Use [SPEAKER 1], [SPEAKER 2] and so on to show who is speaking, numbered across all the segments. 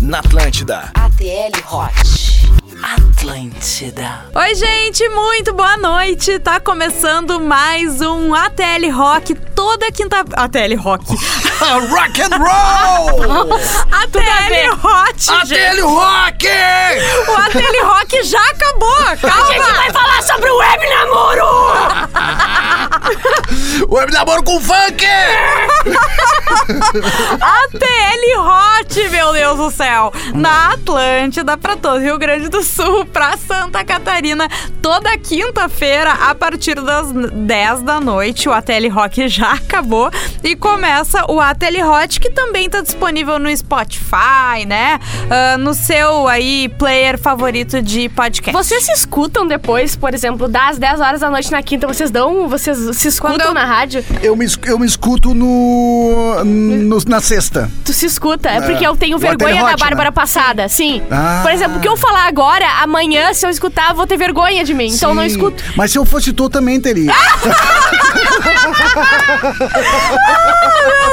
[SPEAKER 1] na Atlântida.
[SPEAKER 2] ATL Hot.
[SPEAKER 3] Atlântida.
[SPEAKER 4] Oi, gente, muito boa noite. Tá começando mais um ATL Rock toda quinta. ATL Rock.
[SPEAKER 1] Rock and roll!
[SPEAKER 4] ATL Hot.
[SPEAKER 1] ATL Rock!
[SPEAKER 4] O ATL Rock já acabou.
[SPEAKER 3] A gente
[SPEAKER 4] Calma.
[SPEAKER 3] vai falar sobre o web namoro!
[SPEAKER 1] Web namoro com funk!
[SPEAKER 4] ATL Hot, meu Deus do céu. Na Atlântida, pra todo Rio Grande do Sul, pra Santa Catarina. Toda quinta-feira, a partir das 10 da noite, o ATL Rock já acabou. E começa o ATL Hot, que também tá disponível no Spotify, né? Ah, no seu aí player favorito de podcast.
[SPEAKER 3] Vocês se escutam depois, por exemplo, das 10 horas da noite na quinta, vocês dão, vocês se escutam
[SPEAKER 4] Quando eu-
[SPEAKER 3] na rádio?
[SPEAKER 5] Eu me, es- eu me escuto no, no- na sexta.
[SPEAKER 3] Tu se escuta, é porque eu tenho
[SPEAKER 5] O Adele
[SPEAKER 3] vergonha da
[SPEAKER 5] Hot, né?
[SPEAKER 3] Bárbara passada, sim.
[SPEAKER 5] Ah.
[SPEAKER 3] Por exemplo, o que eu falar agora, amanhã, se eu escutar, eu vou ter vergonha de mim, então eu não
[SPEAKER 5] Sim.
[SPEAKER 3] escuto.
[SPEAKER 5] Mas se eu fosse tu, também teria.
[SPEAKER 4] Ah,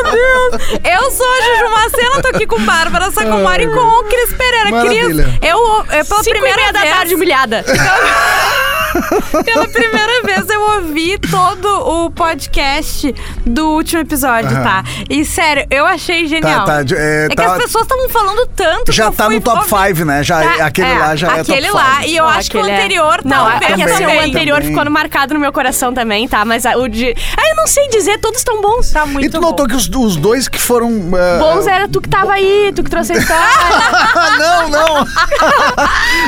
[SPEAKER 4] Eu sou a Juju Macena, tô aqui com Bárbara Sacomori e com o Cris Pereira.
[SPEAKER 5] Maravilha.
[SPEAKER 4] Cris, eu é pela
[SPEAKER 3] Cinco e
[SPEAKER 4] primeira
[SPEAKER 3] meia da
[SPEAKER 4] vez,
[SPEAKER 3] tarde, humilhada.
[SPEAKER 4] pela primeira vez eu ouvi todo o podcast do último episódio,
[SPEAKER 5] Aham.
[SPEAKER 4] tá? E sério, eu achei genial.
[SPEAKER 5] Tá, tá, é,
[SPEAKER 4] É que
[SPEAKER 5] tá-
[SPEAKER 4] as pessoas estavam falando tanto que
[SPEAKER 5] já
[SPEAKER 4] eu
[SPEAKER 5] tá
[SPEAKER 4] fui
[SPEAKER 5] no top
[SPEAKER 4] ouvir.
[SPEAKER 5] 5, né? Já,
[SPEAKER 4] Tá,
[SPEAKER 5] aquele lá já é top
[SPEAKER 4] Aquele lá,
[SPEAKER 5] 5.
[SPEAKER 4] e eu acho que o
[SPEAKER 3] Aquele é-
[SPEAKER 4] anterior
[SPEAKER 3] Não,
[SPEAKER 4] talvez
[SPEAKER 3] é que assim,
[SPEAKER 4] também.
[SPEAKER 3] o anterior
[SPEAKER 5] Também.
[SPEAKER 3] ficou marcado no meu coração também, tá? Mas ah, o de. Ah, eu não sei dizer, todos estão bons.
[SPEAKER 4] Tá muito
[SPEAKER 5] E tu notou
[SPEAKER 4] bom.
[SPEAKER 5] que os, os dois que foram. eh,
[SPEAKER 3] Bons era tu que tava aí, tu que trouxe a história.
[SPEAKER 5] não, não!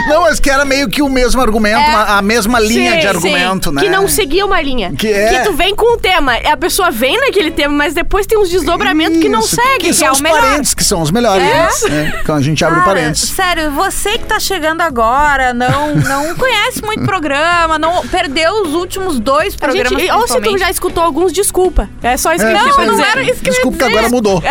[SPEAKER 5] não, mas que era meio que o mesmo argumento, a a mesma linha
[SPEAKER 3] Sim,
[SPEAKER 5] de
[SPEAKER 3] sim.
[SPEAKER 5] argumento, né?
[SPEAKER 3] Que não seguia uma linha.
[SPEAKER 5] Que é.
[SPEAKER 3] tu vem com o tema. A pessoa vem naquele tema, mas depois tem uns desdobramentos é que não
[SPEAKER 5] Isso,
[SPEAKER 3] segue,
[SPEAKER 5] Que
[SPEAKER 3] que
[SPEAKER 5] são
[SPEAKER 3] é o
[SPEAKER 5] os
[SPEAKER 3] melhor.
[SPEAKER 5] parentes, que são os melhores. né? Então a gente abre o
[SPEAKER 4] Cara,
[SPEAKER 5] parênteses.
[SPEAKER 4] Sério, você que tá chegando agora, não, não conhece muito programa, não perdeu os últimos dois
[SPEAKER 3] A
[SPEAKER 4] programas.
[SPEAKER 3] gente- ou se tu
[SPEAKER 4] principalmente.
[SPEAKER 3] já escutou alguns, desculpa. É só isso que
[SPEAKER 5] É,
[SPEAKER 3] eu
[SPEAKER 5] isso
[SPEAKER 3] tinha pra
[SPEAKER 5] aí.
[SPEAKER 4] não
[SPEAKER 3] dizer.
[SPEAKER 4] era isso que eu ia
[SPEAKER 5] Desculpa que
[SPEAKER 4] dizer.
[SPEAKER 5] agora mudou.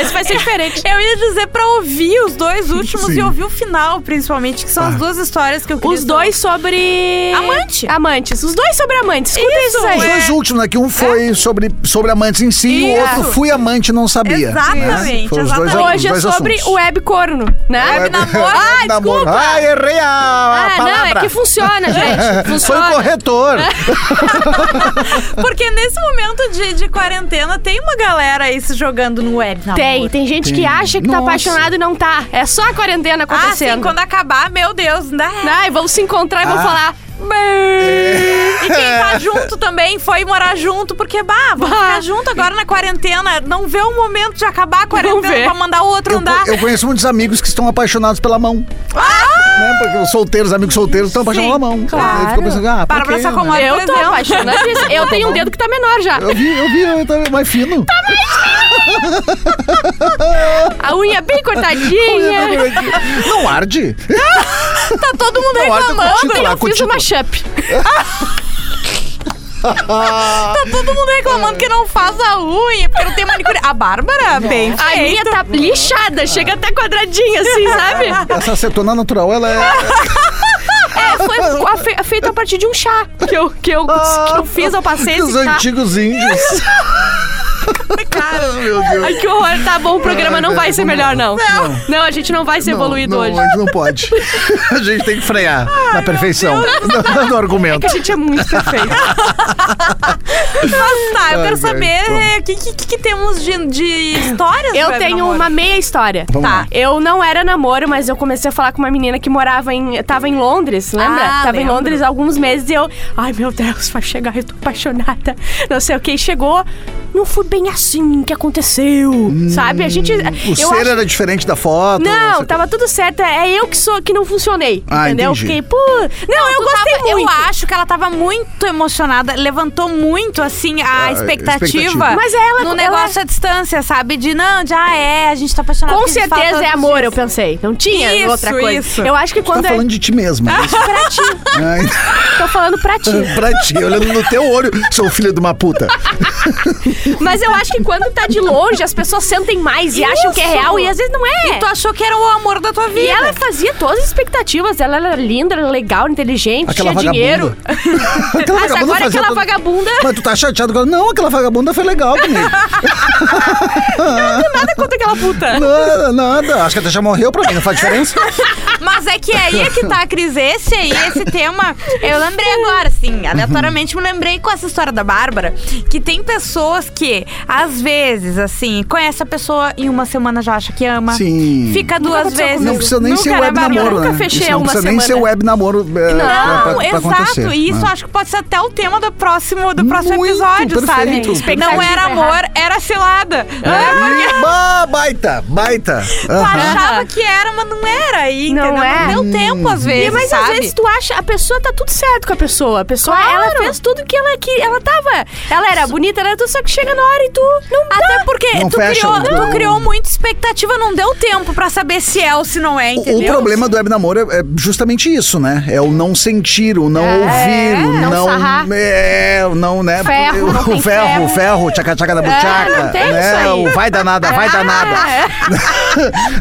[SPEAKER 3] Esse vai ser diferente.
[SPEAKER 4] Eu ia dizer pra ouvir os dois últimos
[SPEAKER 5] Sim. Ah.
[SPEAKER 4] e ouvir o final, principalmente, que são as duas histórias que eu queria
[SPEAKER 3] Os dois sobre.
[SPEAKER 4] Amante.
[SPEAKER 3] Amantes. Os dois sobre amantes. Escuta
[SPEAKER 4] Isso,
[SPEAKER 3] esses aí.
[SPEAKER 5] Os dois últimos, né? Que um foi sobre, sobre amantes em si, e o
[SPEAKER 4] Isso.
[SPEAKER 5] outro fui amante e não sabia.
[SPEAKER 4] Exatamente,
[SPEAKER 5] Foram os dois-
[SPEAKER 4] exatamente.
[SPEAKER 3] Hoje é
[SPEAKER 5] dois
[SPEAKER 3] sobre
[SPEAKER 5] assuntos.
[SPEAKER 3] o web corno, né?
[SPEAKER 4] Web namoro.
[SPEAKER 5] Web
[SPEAKER 4] Ah,
[SPEAKER 5] namoro.
[SPEAKER 4] desculpa.
[SPEAKER 5] Ah, errei a, a
[SPEAKER 3] Ah, não,
[SPEAKER 5] palavra.
[SPEAKER 3] é que funciona, gente.
[SPEAKER 5] Foi
[SPEAKER 3] Funciona.
[SPEAKER 5] o corretor.
[SPEAKER 4] Porque nesse momento de, de quarentena tem uma galera aí se jogando no web. namoro.
[SPEAKER 3] Tem, tem gente que
[SPEAKER 5] Tem.
[SPEAKER 3] acha que tá
[SPEAKER 5] Nossa.
[SPEAKER 3] apaixonado e não tá. É só a quarentena
[SPEAKER 4] Ah, sim,
[SPEAKER 3] acontecendo.
[SPEAKER 4] quando acabar, meu Deus, né?
[SPEAKER 3] Ai, vão se encontrar e vão
[SPEAKER 5] Ah.
[SPEAKER 3] falar.
[SPEAKER 4] E quem tá junto também foi morar junto, porque, bah, vamos ficar junto agora na quarentena. Não vê o momento de acabar a quarentena
[SPEAKER 3] ver.
[SPEAKER 4] pra mandar o outro
[SPEAKER 5] Eu,
[SPEAKER 4] andar.
[SPEAKER 5] eu conheço muitos amigos que estão apaixonados pela mão. Né? Porque os solteiros, amigos solteiros, estão apaixonados
[SPEAKER 3] Sim,
[SPEAKER 5] pela mão.
[SPEAKER 3] claro.
[SPEAKER 5] Aí ficou pensando, ah, pra
[SPEAKER 4] Bárbara
[SPEAKER 5] quê,
[SPEAKER 4] Sacomori.
[SPEAKER 5] né?
[SPEAKER 3] Eu tô
[SPEAKER 4] exemplo.
[SPEAKER 3] apaixonadíssima. Eu tenho um dedo que tá menor já.
[SPEAKER 5] Eu vi, eu vi, eu tô mais fino.
[SPEAKER 3] A unha é bem
[SPEAKER 5] um
[SPEAKER 3] cortadinha.
[SPEAKER 5] Não arde.
[SPEAKER 4] Tá todo mundo
[SPEAKER 5] Não arde
[SPEAKER 4] reclamando.
[SPEAKER 5] cutícula,
[SPEAKER 3] Eu fiz
[SPEAKER 5] cutícula.
[SPEAKER 3] uma chup.
[SPEAKER 4] Tá todo mundo reclamando que não faz a unha, porque não tem manicure. A Bárbara, bem ah,
[SPEAKER 3] A minha tá lixada, chega até quadradinha assim, sabe?
[SPEAKER 5] Essa acetona natural, ela é...
[SPEAKER 3] É, foi a fe- feito a partir de um chá que eu, que eu, que eu fiz, eu passei
[SPEAKER 5] Ah, Os
[SPEAKER 3] esse chá.
[SPEAKER 5] antigos índios. Cara, meu Deus.
[SPEAKER 3] Ai, que horror. Tá bom, o
[SPEAKER 5] É,
[SPEAKER 3] programa não vai ser melhor, não. Não, a gente não vai ser evoluído
[SPEAKER 5] não,
[SPEAKER 3] hoje.
[SPEAKER 5] a gente não pode. A gente tem que frear na perfeição, no, no argumento.
[SPEAKER 3] Que a gente é muito perfeito.
[SPEAKER 4] Mas tá, eu
[SPEAKER 5] Ai,
[SPEAKER 4] quero
[SPEAKER 5] velho,
[SPEAKER 4] saber
[SPEAKER 5] bom.
[SPEAKER 4] é, o que, que, que que temos de, de histórias. do
[SPEAKER 3] Eu
[SPEAKER 4] web
[SPEAKER 3] tenho
[SPEAKER 4] é namoro.
[SPEAKER 3] uma meia história.
[SPEAKER 5] Vamos
[SPEAKER 3] tá.
[SPEAKER 5] lá.
[SPEAKER 3] Eu não era namoro, mas eu comecei a falar com uma menina que morava em. Tava em Londres, lembra?
[SPEAKER 4] Ah,
[SPEAKER 3] tava em
[SPEAKER 4] lembro.
[SPEAKER 3] Londres há alguns meses e eu. Ai, meu Deus, vai chegar, eu tô apaixonada. Não sei o que. E chegou. Não foi bem assim que aconteceu. sabe? A gente.
[SPEAKER 5] Hum, O
[SPEAKER 3] É eu
[SPEAKER 5] ser
[SPEAKER 3] acho-
[SPEAKER 5] era diferente da foto.
[SPEAKER 3] Não, tá
[SPEAKER 5] sei-
[SPEAKER 3] tava tudo certo. É eu que sou que não funcionei.
[SPEAKER 5] Ah,
[SPEAKER 3] entendeu?
[SPEAKER 5] entendi.
[SPEAKER 3] Fiquei, pô. Não, eu
[SPEAKER 4] Tu
[SPEAKER 3] gostei
[SPEAKER 4] tava- Eu
[SPEAKER 3] muito.
[SPEAKER 4] acho que ela tava muito emocionada, levantou muito, assim, a
[SPEAKER 5] A
[SPEAKER 4] expectativa.
[SPEAKER 5] Ah, expectativa.
[SPEAKER 3] Mas ela-
[SPEAKER 4] No
[SPEAKER 3] ela-
[SPEAKER 4] negócio à distância, sabe? De não, já é, a gente tá apaixonado.
[SPEAKER 3] Com
[SPEAKER 4] porque a gente fala
[SPEAKER 3] certeza é
[SPEAKER 4] todos os
[SPEAKER 3] amor, eu
[SPEAKER 4] dias.
[SPEAKER 3] pensei. Não tinha
[SPEAKER 4] Isso,
[SPEAKER 3] outra coisa.
[SPEAKER 4] isso.
[SPEAKER 3] Eu acho que
[SPEAKER 5] Tu
[SPEAKER 3] quando
[SPEAKER 5] tá
[SPEAKER 3] é.
[SPEAKER 5] falando de ti mesma. né? Ah, então,
[SPEAKER 3] Pra ti.
[SPEAKER 5] Ai,
[SPEAKER 3] Tô falando pra ti.
[SPEAKER 5] pra ti, olhando no teu olho, seu filho de uma puta.
[SPEAKER 3] Mas eu eu acho que quando tá de longe, as pessoas sentem mais e acham que é
[SPEAKER 4] Isso.
[SPEAKER 3] real e às vezes não é.
[SPEAKER 4] E tu achou que era o amor da tua vida.
[SPEAKER 3] E ela fazia todas as expectativas. Ela era linda, era legal, inteligente,
[SPEAKER 5] Aquela
[SPEAKER 3] tinha dinheiro.
[SPEAKER 5] vagabunda. Aquela
[SPEAKER 3] Mas agora é
[SPEAKER 5] fazia
[SPEAKER 3] aquela
[SPEAKER 5] tudo.
[SPEAKER 3] vagabunda.
[SPEAKER 5] Mas tu tá chateado com ela? Não, aquela vagabunda foi legal comigo.
[SPEAKER 3] Nada contra é aquela puta.
[SPEAKER 5] nada, nada. Acho que até já morreu pra mim, não faz diferença.
[SPEAKER 4] Mas é que aí é que tá, Cris. Esse aí, esse tema, eu lembrei agora, assim, aleatoriamente me lembrei com essa história da Bárbara, que tem pessoas que, às vezes, assim, conhece a pessoa e uma semana já acha que ama.
[SPEAKER 5] Sim.
[SPEAKER 4] Fica duas vezes.
[SPEAKER 5] Não precisa nem
[SPEAKER 4] Nunca,
[SPEAKER 5] ser
[SPEAKER 4] né,
[SPEAKER 5] web
[SPEAKER 4] Bárbara?
[SPEAKER 5] namoro,
[SPEAKER 3] nunca
[SPEAKER 5] né?
[SPEAKER 3] fechei
[SPEAKER 5] Isso não
[SPEAKER 3] uma
[SPEAKER 5] precisa nem
[SPEAKER 3] semana.
[SPEAKER 5] ser web namoro é, pra, pra-
[SPEAKER 4] Não,
[SPEAKER 5] pra
[SPEAKER 4] exato.
[SPEAKER 5] acontecer.
[SPEAKER 4] Isso
[SPEAKER 5] né?
[SPEAKER 4] acho que pode ser até o tema do próximo, do próximo
[SPEAKER 5] Muito,
[SPEAKER 4] episódio,
[SPEAKER 5] perfeito,
[SPEAKER 4] sabe?
[SPEAKER 5] perfeito.
[SPEAKER 4] Não era amor, era cilada. Ah,
[SPEAKER 5] Ih, bah, baita, baita. Ah,
[SPEAKER 4] tu
[SPEAKER 5] Aham.
[SPEAKER 4] Ah,
[SPEAKER 5] Hum.
[SPEAKER 4] achava que era, mas não era aí,
[SPEAKER 3] Não
[SPEAKER 4] entendeu?
[SPEAKER 3] é.
[SPEAKER 4] Não deu tempo às vezes,
[SPEAKER 3] E, mas
[SPEAKER 4] sabe?
[SPEAKER 3] às vezes tu acha, a pessoa tá tudo certo com a pessoa. A pessoa, ela fez tudo que ela que ela tava. Ela era bonita, ela era tudo, só que chega na hora e tu não
[SPEAKER 4] Até porque
[SPEAKER 5] Não
[SPEAKER 4] tu,
[SPEAKER 5] fecha,
[SPEAKER 4] criou,
[SPEAKER 5] não.
[SPEAKER 4] tu criou muita expectativa, não deu tempo pra saber se é ou se não é,
[SPEAKER 3] Tá,
[SPEAKER 5] O-
[SPEAKER 4] entendeu?
[SPEAKER 5] O problema do web namoro é, é justamente isso, né? É o não sentir, o não ouvir, o
[SPEAKER 3] É, não
[SPEAKER 5] não.
[SPEAKER 3] sarrar.
[SPEAKER 5] É, o não, né?
[SPEAKER 3] Ferro,
[SPEAKER 5] o
[SPEAKER 3] não tem
[SPEAKER 5] ferro, o
[SPEAKER 3] ferro. É,
[SPEAKER 5] ferro, tchaca-tchaca da buchaca.
[SPEAKER 3] não tem
[SPEAKER 5] né?
[SPEAKER 3] isso aí. Ah!
[SPEAKER 5] O vai danada, vai danada.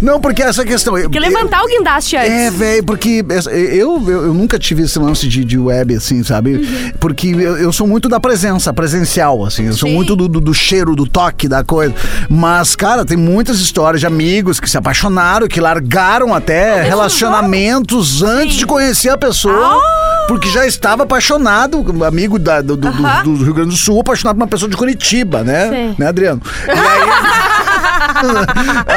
[SPEAKER 5] não, porque essa questão.
[SPEAKER 3] é, que levantar o guindaste antes.
[SPEAKER 5] É, velho, porque essa- eu, eu, eu nunca tive esse lance de, de web, assim, sabe? Porque eu, eu sou muito da presença, presencial, assim. Eu sou muito do, do- do cheiro, do toque, da coisa. Mas, cara, tem muitas histórias de amigos que se apaixonaram, que largaram até relacionamentos antes de conhecer a pessoa. Porque já estava apaixonado, amigo da- do, do- do- do Rio Grande do Sul, apaixonado por uma pessoa de Curitiba, né?
[SPEAKER 3] Sim.
[SPEAKER 5] Né, Adriano? E aí,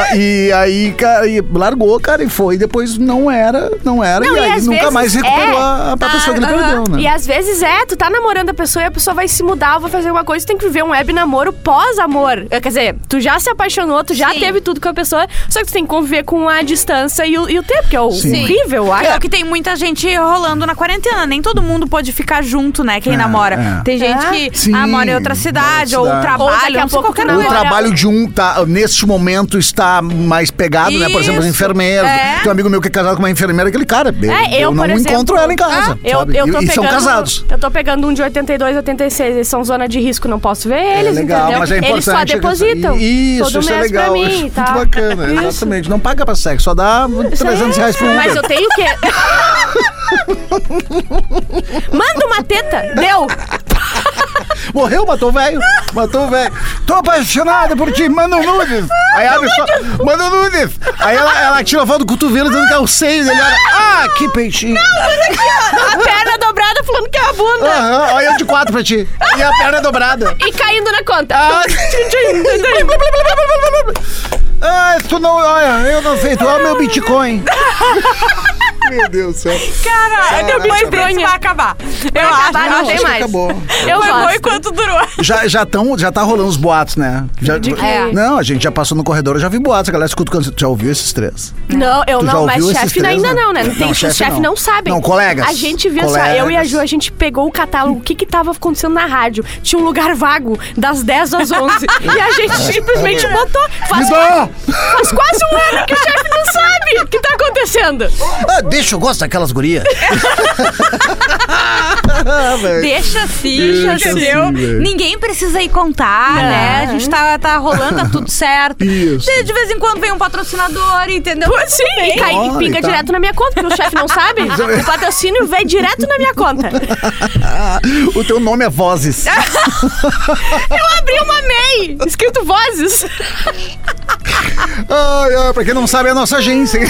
[SPEAKER 5] Ah, e aí, cara, e largou, cara, e foi. Depois não era, não era.
[SPEAKER 3] Não,
[SPEAKER 5] e
[SPEAKER 3] e
[SPEAKER 5] aí
[SPEAKER 3] às
[SPEAKER 5] nunca
[SPEAKER 3] vezes
[SPEAKER 5] mais recuperou
[SPEAKER 3] é.
[SPEAKER 5] a, a pessoa que ele
[SPEAKER 4] Ah, aham.
[SPEAKER 5] perdeu, né?
[SPEAKER 3] E às vezes é, tu tá namorando a pessoa e a pessoa vai se mudar, vai fazer alguma coisa, tu tem que viver um web namoro pós-amor. Eh, Quer dizer, tu já se apaixonou, tu já
[SPEAKER 4] Sim.
[SPEAKER 3] teve tudo com a pessoa, só que tu tem que conviver com a distância e o, e o tempo, que é o-
[SPEAKER 5] Sim.
[SPEAKER 3] horrível, eu acho.
[SPEAKER 5] é
[SPEAKER 4] Só que tem muita gente rolando na quarentena. Nem todo mundo pode ficar junto, né? Quem
[SPEAKER 5] É,
[SPEAKER 4] namora.
[SPEAKER 5] é.
[SPEAKER 4] Tem gente
[SPEAKER 3] É?
[SPEAKER 4] que
[SPEAKER 5] Sim,
[SPEAKER 4] ah, mora em outra cidade, ou
[SPEAKER 5] cidade.
[SPEAKER 4] trabalha,
[SPEAKER 3] Ou daqui a
[SPEAKER 4] não sei,
[SPEAKER 3] pouco
[SPEAKER 4] qualquer
[SPEAKER 3] tu
[SPEAKER 5] O
[SPEAKER 3] namora.
[SPEAKER 4] coisa.
[SPEAKER 5] trabalho de um, tá, neste momento, está mais pegado, né? Por exemplo, os
[SPEAKER 4] Isso.
[SPEAKER 5] enfermeiros.
[SPEAKER 4] É,
[SPEAKER 5] Tem um amigo meu que é casado com uma enfermeira, aquele cara. Eu,
[SPEAKER 3] É, eu,
[SPEAKER 5] eu não
[SPEAKER 3] por exemplo, ah,
[SPEAKER 5] encontro ela em casa.
[SPEAKER 3] Eu,
[SPEAKER 5] sabe?
[SPEAKER 3] eu
[SPEAKER 5] E-
[SPEAKER 3] tô
[SPEAKER 5] e
[SPEAKER 3] pegando,
[SPEAKER 5] são casados.
[SPEAKER 3] Eu tô pegando um de 82 86. Eles são zona de risco, não posso ver eles,
[SPEAKER 5] é legal,
[SPEAKER 3] entendeu?
[SPEAKER 5] mas é
[SPEAKER 3] eles só
[SPEAKER 5] importante.
[SPEAKER 3] depositam.
[SPEAKER 5] Isso,
[SPEAKER 3] todo mês
[SPEAKER 5] isso é legal.
[SPEAKER 3] pra mim,
[SPEAKER 5] acho
[SPEAKER 3] tá?
[SPEAKER 5] Muito bacana,
[SPEAKER 3] Isso.
[SPEAKER 5] exatamente. Não paga pra sexo, só dá 300 reais por um.
[SPEAKER 3] Mas eu tenho o quê? Manda uma teta! Deu!
[SPEAKER 5] Morreu, matou o velho. Matou o velho. Tô apaixonada por ti, manda um nudes. Aí abre só. Manda um nudes. Aí ela, ela tira a foto do cotovelo dando que é o seio dele. Olha, ah, que peitinho.
[SPEAKER 3] A perna dobrada falando que é a bunda!
[SPEAKER 5] Aham, olha eu de quatro pra ti. E a perna dobrada.
[SPEAKER 3] E caindo na conta.
[SPEAKER 5] Ah. Ah, tu não. Olha, eu não sei, tu é o meu Bitcoin. Meu Deus do céu.
[SPEAKER 4] Cara, depois desse vai acabar. Eu
[SPEAKER 3] Vai
[SPEAKER 4] acho.
[SPEAKER 3] acabar, não
[SPEAKER 4] acho
[SPEAKER 3] tem
[SPEAKER 4] que
[SPEAKER 3] mais.
[SPEAKER 5] acabou.
[SPEAKER 3] Eu
[SPEAKER 4] Foi bom
[SPEAKER 3] gosto.
[SPEAKER 4] enquanto durou.
[SPEAKER 5] Já, já, tão, já tá rolando os boatos, né? Já,
[SPEAKER 3] quê?
[SPEAKER 5] Não, a gente já passou no corredor, eu já vi boatos. A galera escuta quando já ouviu esses três.
[SPEAKER 3] Não, eu
[SPEAKER 5] Né? Tu já
[SPEAKER 3] não, mas
[SPEAKER 5] ouviu esses
[SPEAKER 3] chefe
[SPEAKER 5] três,
[SPEAKER 3] ainda
[SPEAKER 5] né?
[SPEAKER 3] não, né? Não,
[SPEAKER 5] Não,
[SPEAKER 3] tem, os
[SPEAKER 5] chefe
[SPEAKER 3] chefes
[SPEAKER 5] não.
[SPEAKER 3] não sabem.
[SPEAKER 5] Não, colegas.
[SPEAKER 3] A gente viu só,
[SPEAKER 5] Colegas.
[SPEAKER 3] eu e a Ju, a gente pegou o catálogo, o que que tava acontecendo na rádio. Tinha um lugar vago, das 10 às 11. e a gente simplesmente botou. Faz,
[SPEAKER 5] Me dá!
[SPEAKER 3] faz quase um ano que o chefe não sabe o que tá acontecendo.
[SPEAKER 5] Ah, deixa, eu gosto daquelas gurias. Ah,
[SPEAKER 4] Deixa assim,
[SPEAKER 5] Deixa
[SPEAKER 4] entendeu?
[SPEAKER 5] assim, velho.
[SPEAKER 4] Ninguém precisa ir contar, né? A gente tá, tá rolando, tá tudo certo.
[SPEAKER 5] Isso.
[SPEAKER 4] De de vez em quando vem um patrocinador, entendeu?
[SPEAKER 3] Sim, e cai
[SPEAKER 5] Olha,
[SPEAKER 3] e pinga
[SPEAKER 5] e tá.
[SPEAKER 3] direto na minha conta, porque o chefe não sabe. o patrocínio vai direto na minha conta.
[SPEAKER 5] o teu nome é Vozes.
[SPEAKER 3] Abri uma MEI, escrito vozes.
[SPEAKER 5] Ai, ai, pra quem não sabe, é a nossa agência. hein?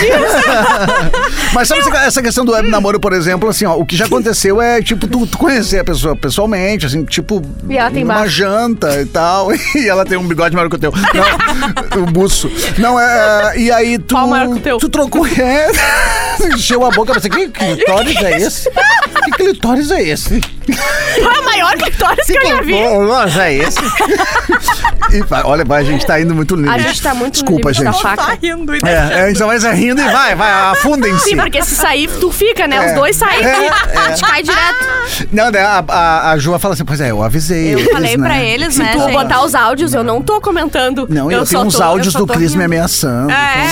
[SPEAKER 5] Mas sabe essa- essa questão do web namoro, por exemplo, assim, ó, o que já aconteceu é, tipo, tu, tu conhecer a pessoa pessoalmente, assim, tipo,
[SPEAKER 3] E ela tem
[SPEAKER 5] numa
[SPEAKER 3] barba.
[SPEAKER 5] janta e tal, e ela tem um bigode maior que o teu. Não, o buço. Não, é. E aí tu.
[SPEAKER 3] Pau maior que o teu.
[SPEAKER 5] Tu trocou. É, encheu a boca, pensei, que clitóris é esse? Que clitóris é esse?
[SPEAKER 3] Foi a é maior vitória que eu já vi.
[SPEAKER 5] Nossa, é esse? E, pá, olha, pá, a gente tá indo muito lindo.
[SPEAKER 3] A gente tá muito
[SPEAKER 5] Desculpa,
[SPEAKER 3] Limita
[SPEAKER 5] Desculpa,
[SPEAKER 3] da
[SPEAKER 5] gente.
[SPEAKER 3] faca.
[SPEAKER 4] Tá rindo.
[SPEAKER 5] É, é, a gente só vai se rindo e vai, vai, afundem-se.
[SPEAKER 3] Sim, porque se sair, tu fica, né?
[SPEAKER 5] É.
[SPEAKER 3] Os dois saem,
[SPEAKER 5] É,
[SPEAKER 3] a gente cai direto.
[SPEAKER 5] Não, né, a, a, a Ju fala assim, pois é, eu avisei.
[SPEAKER 4] Eu
[SPEAKER 5] eles,
[SPEAKER 4] falei
[SPEAKER 5] né?
[SPEAKER 4] pra eles, né,
[SPEAKER 3] Vou
[SPEAKER 4] gente?
[SPEAKER 3] botar os áudios, eu não tô comentando.
[SPEAKER 5] Não, eu, tenho
[SPEAKER 3] só
[SPEAKER 5] uns
[SPEAKER 3] tô-
[SPEAKER 5] áudios
[SPEAKER 3] só
[SPEAKER 5] do
[SPEAKER 3] tô
[SPEAKER 5] Cris me
[SPEAKER 3] rindo.
[SPEAKER 5] ameaçando.
[SPEAKER 4] É.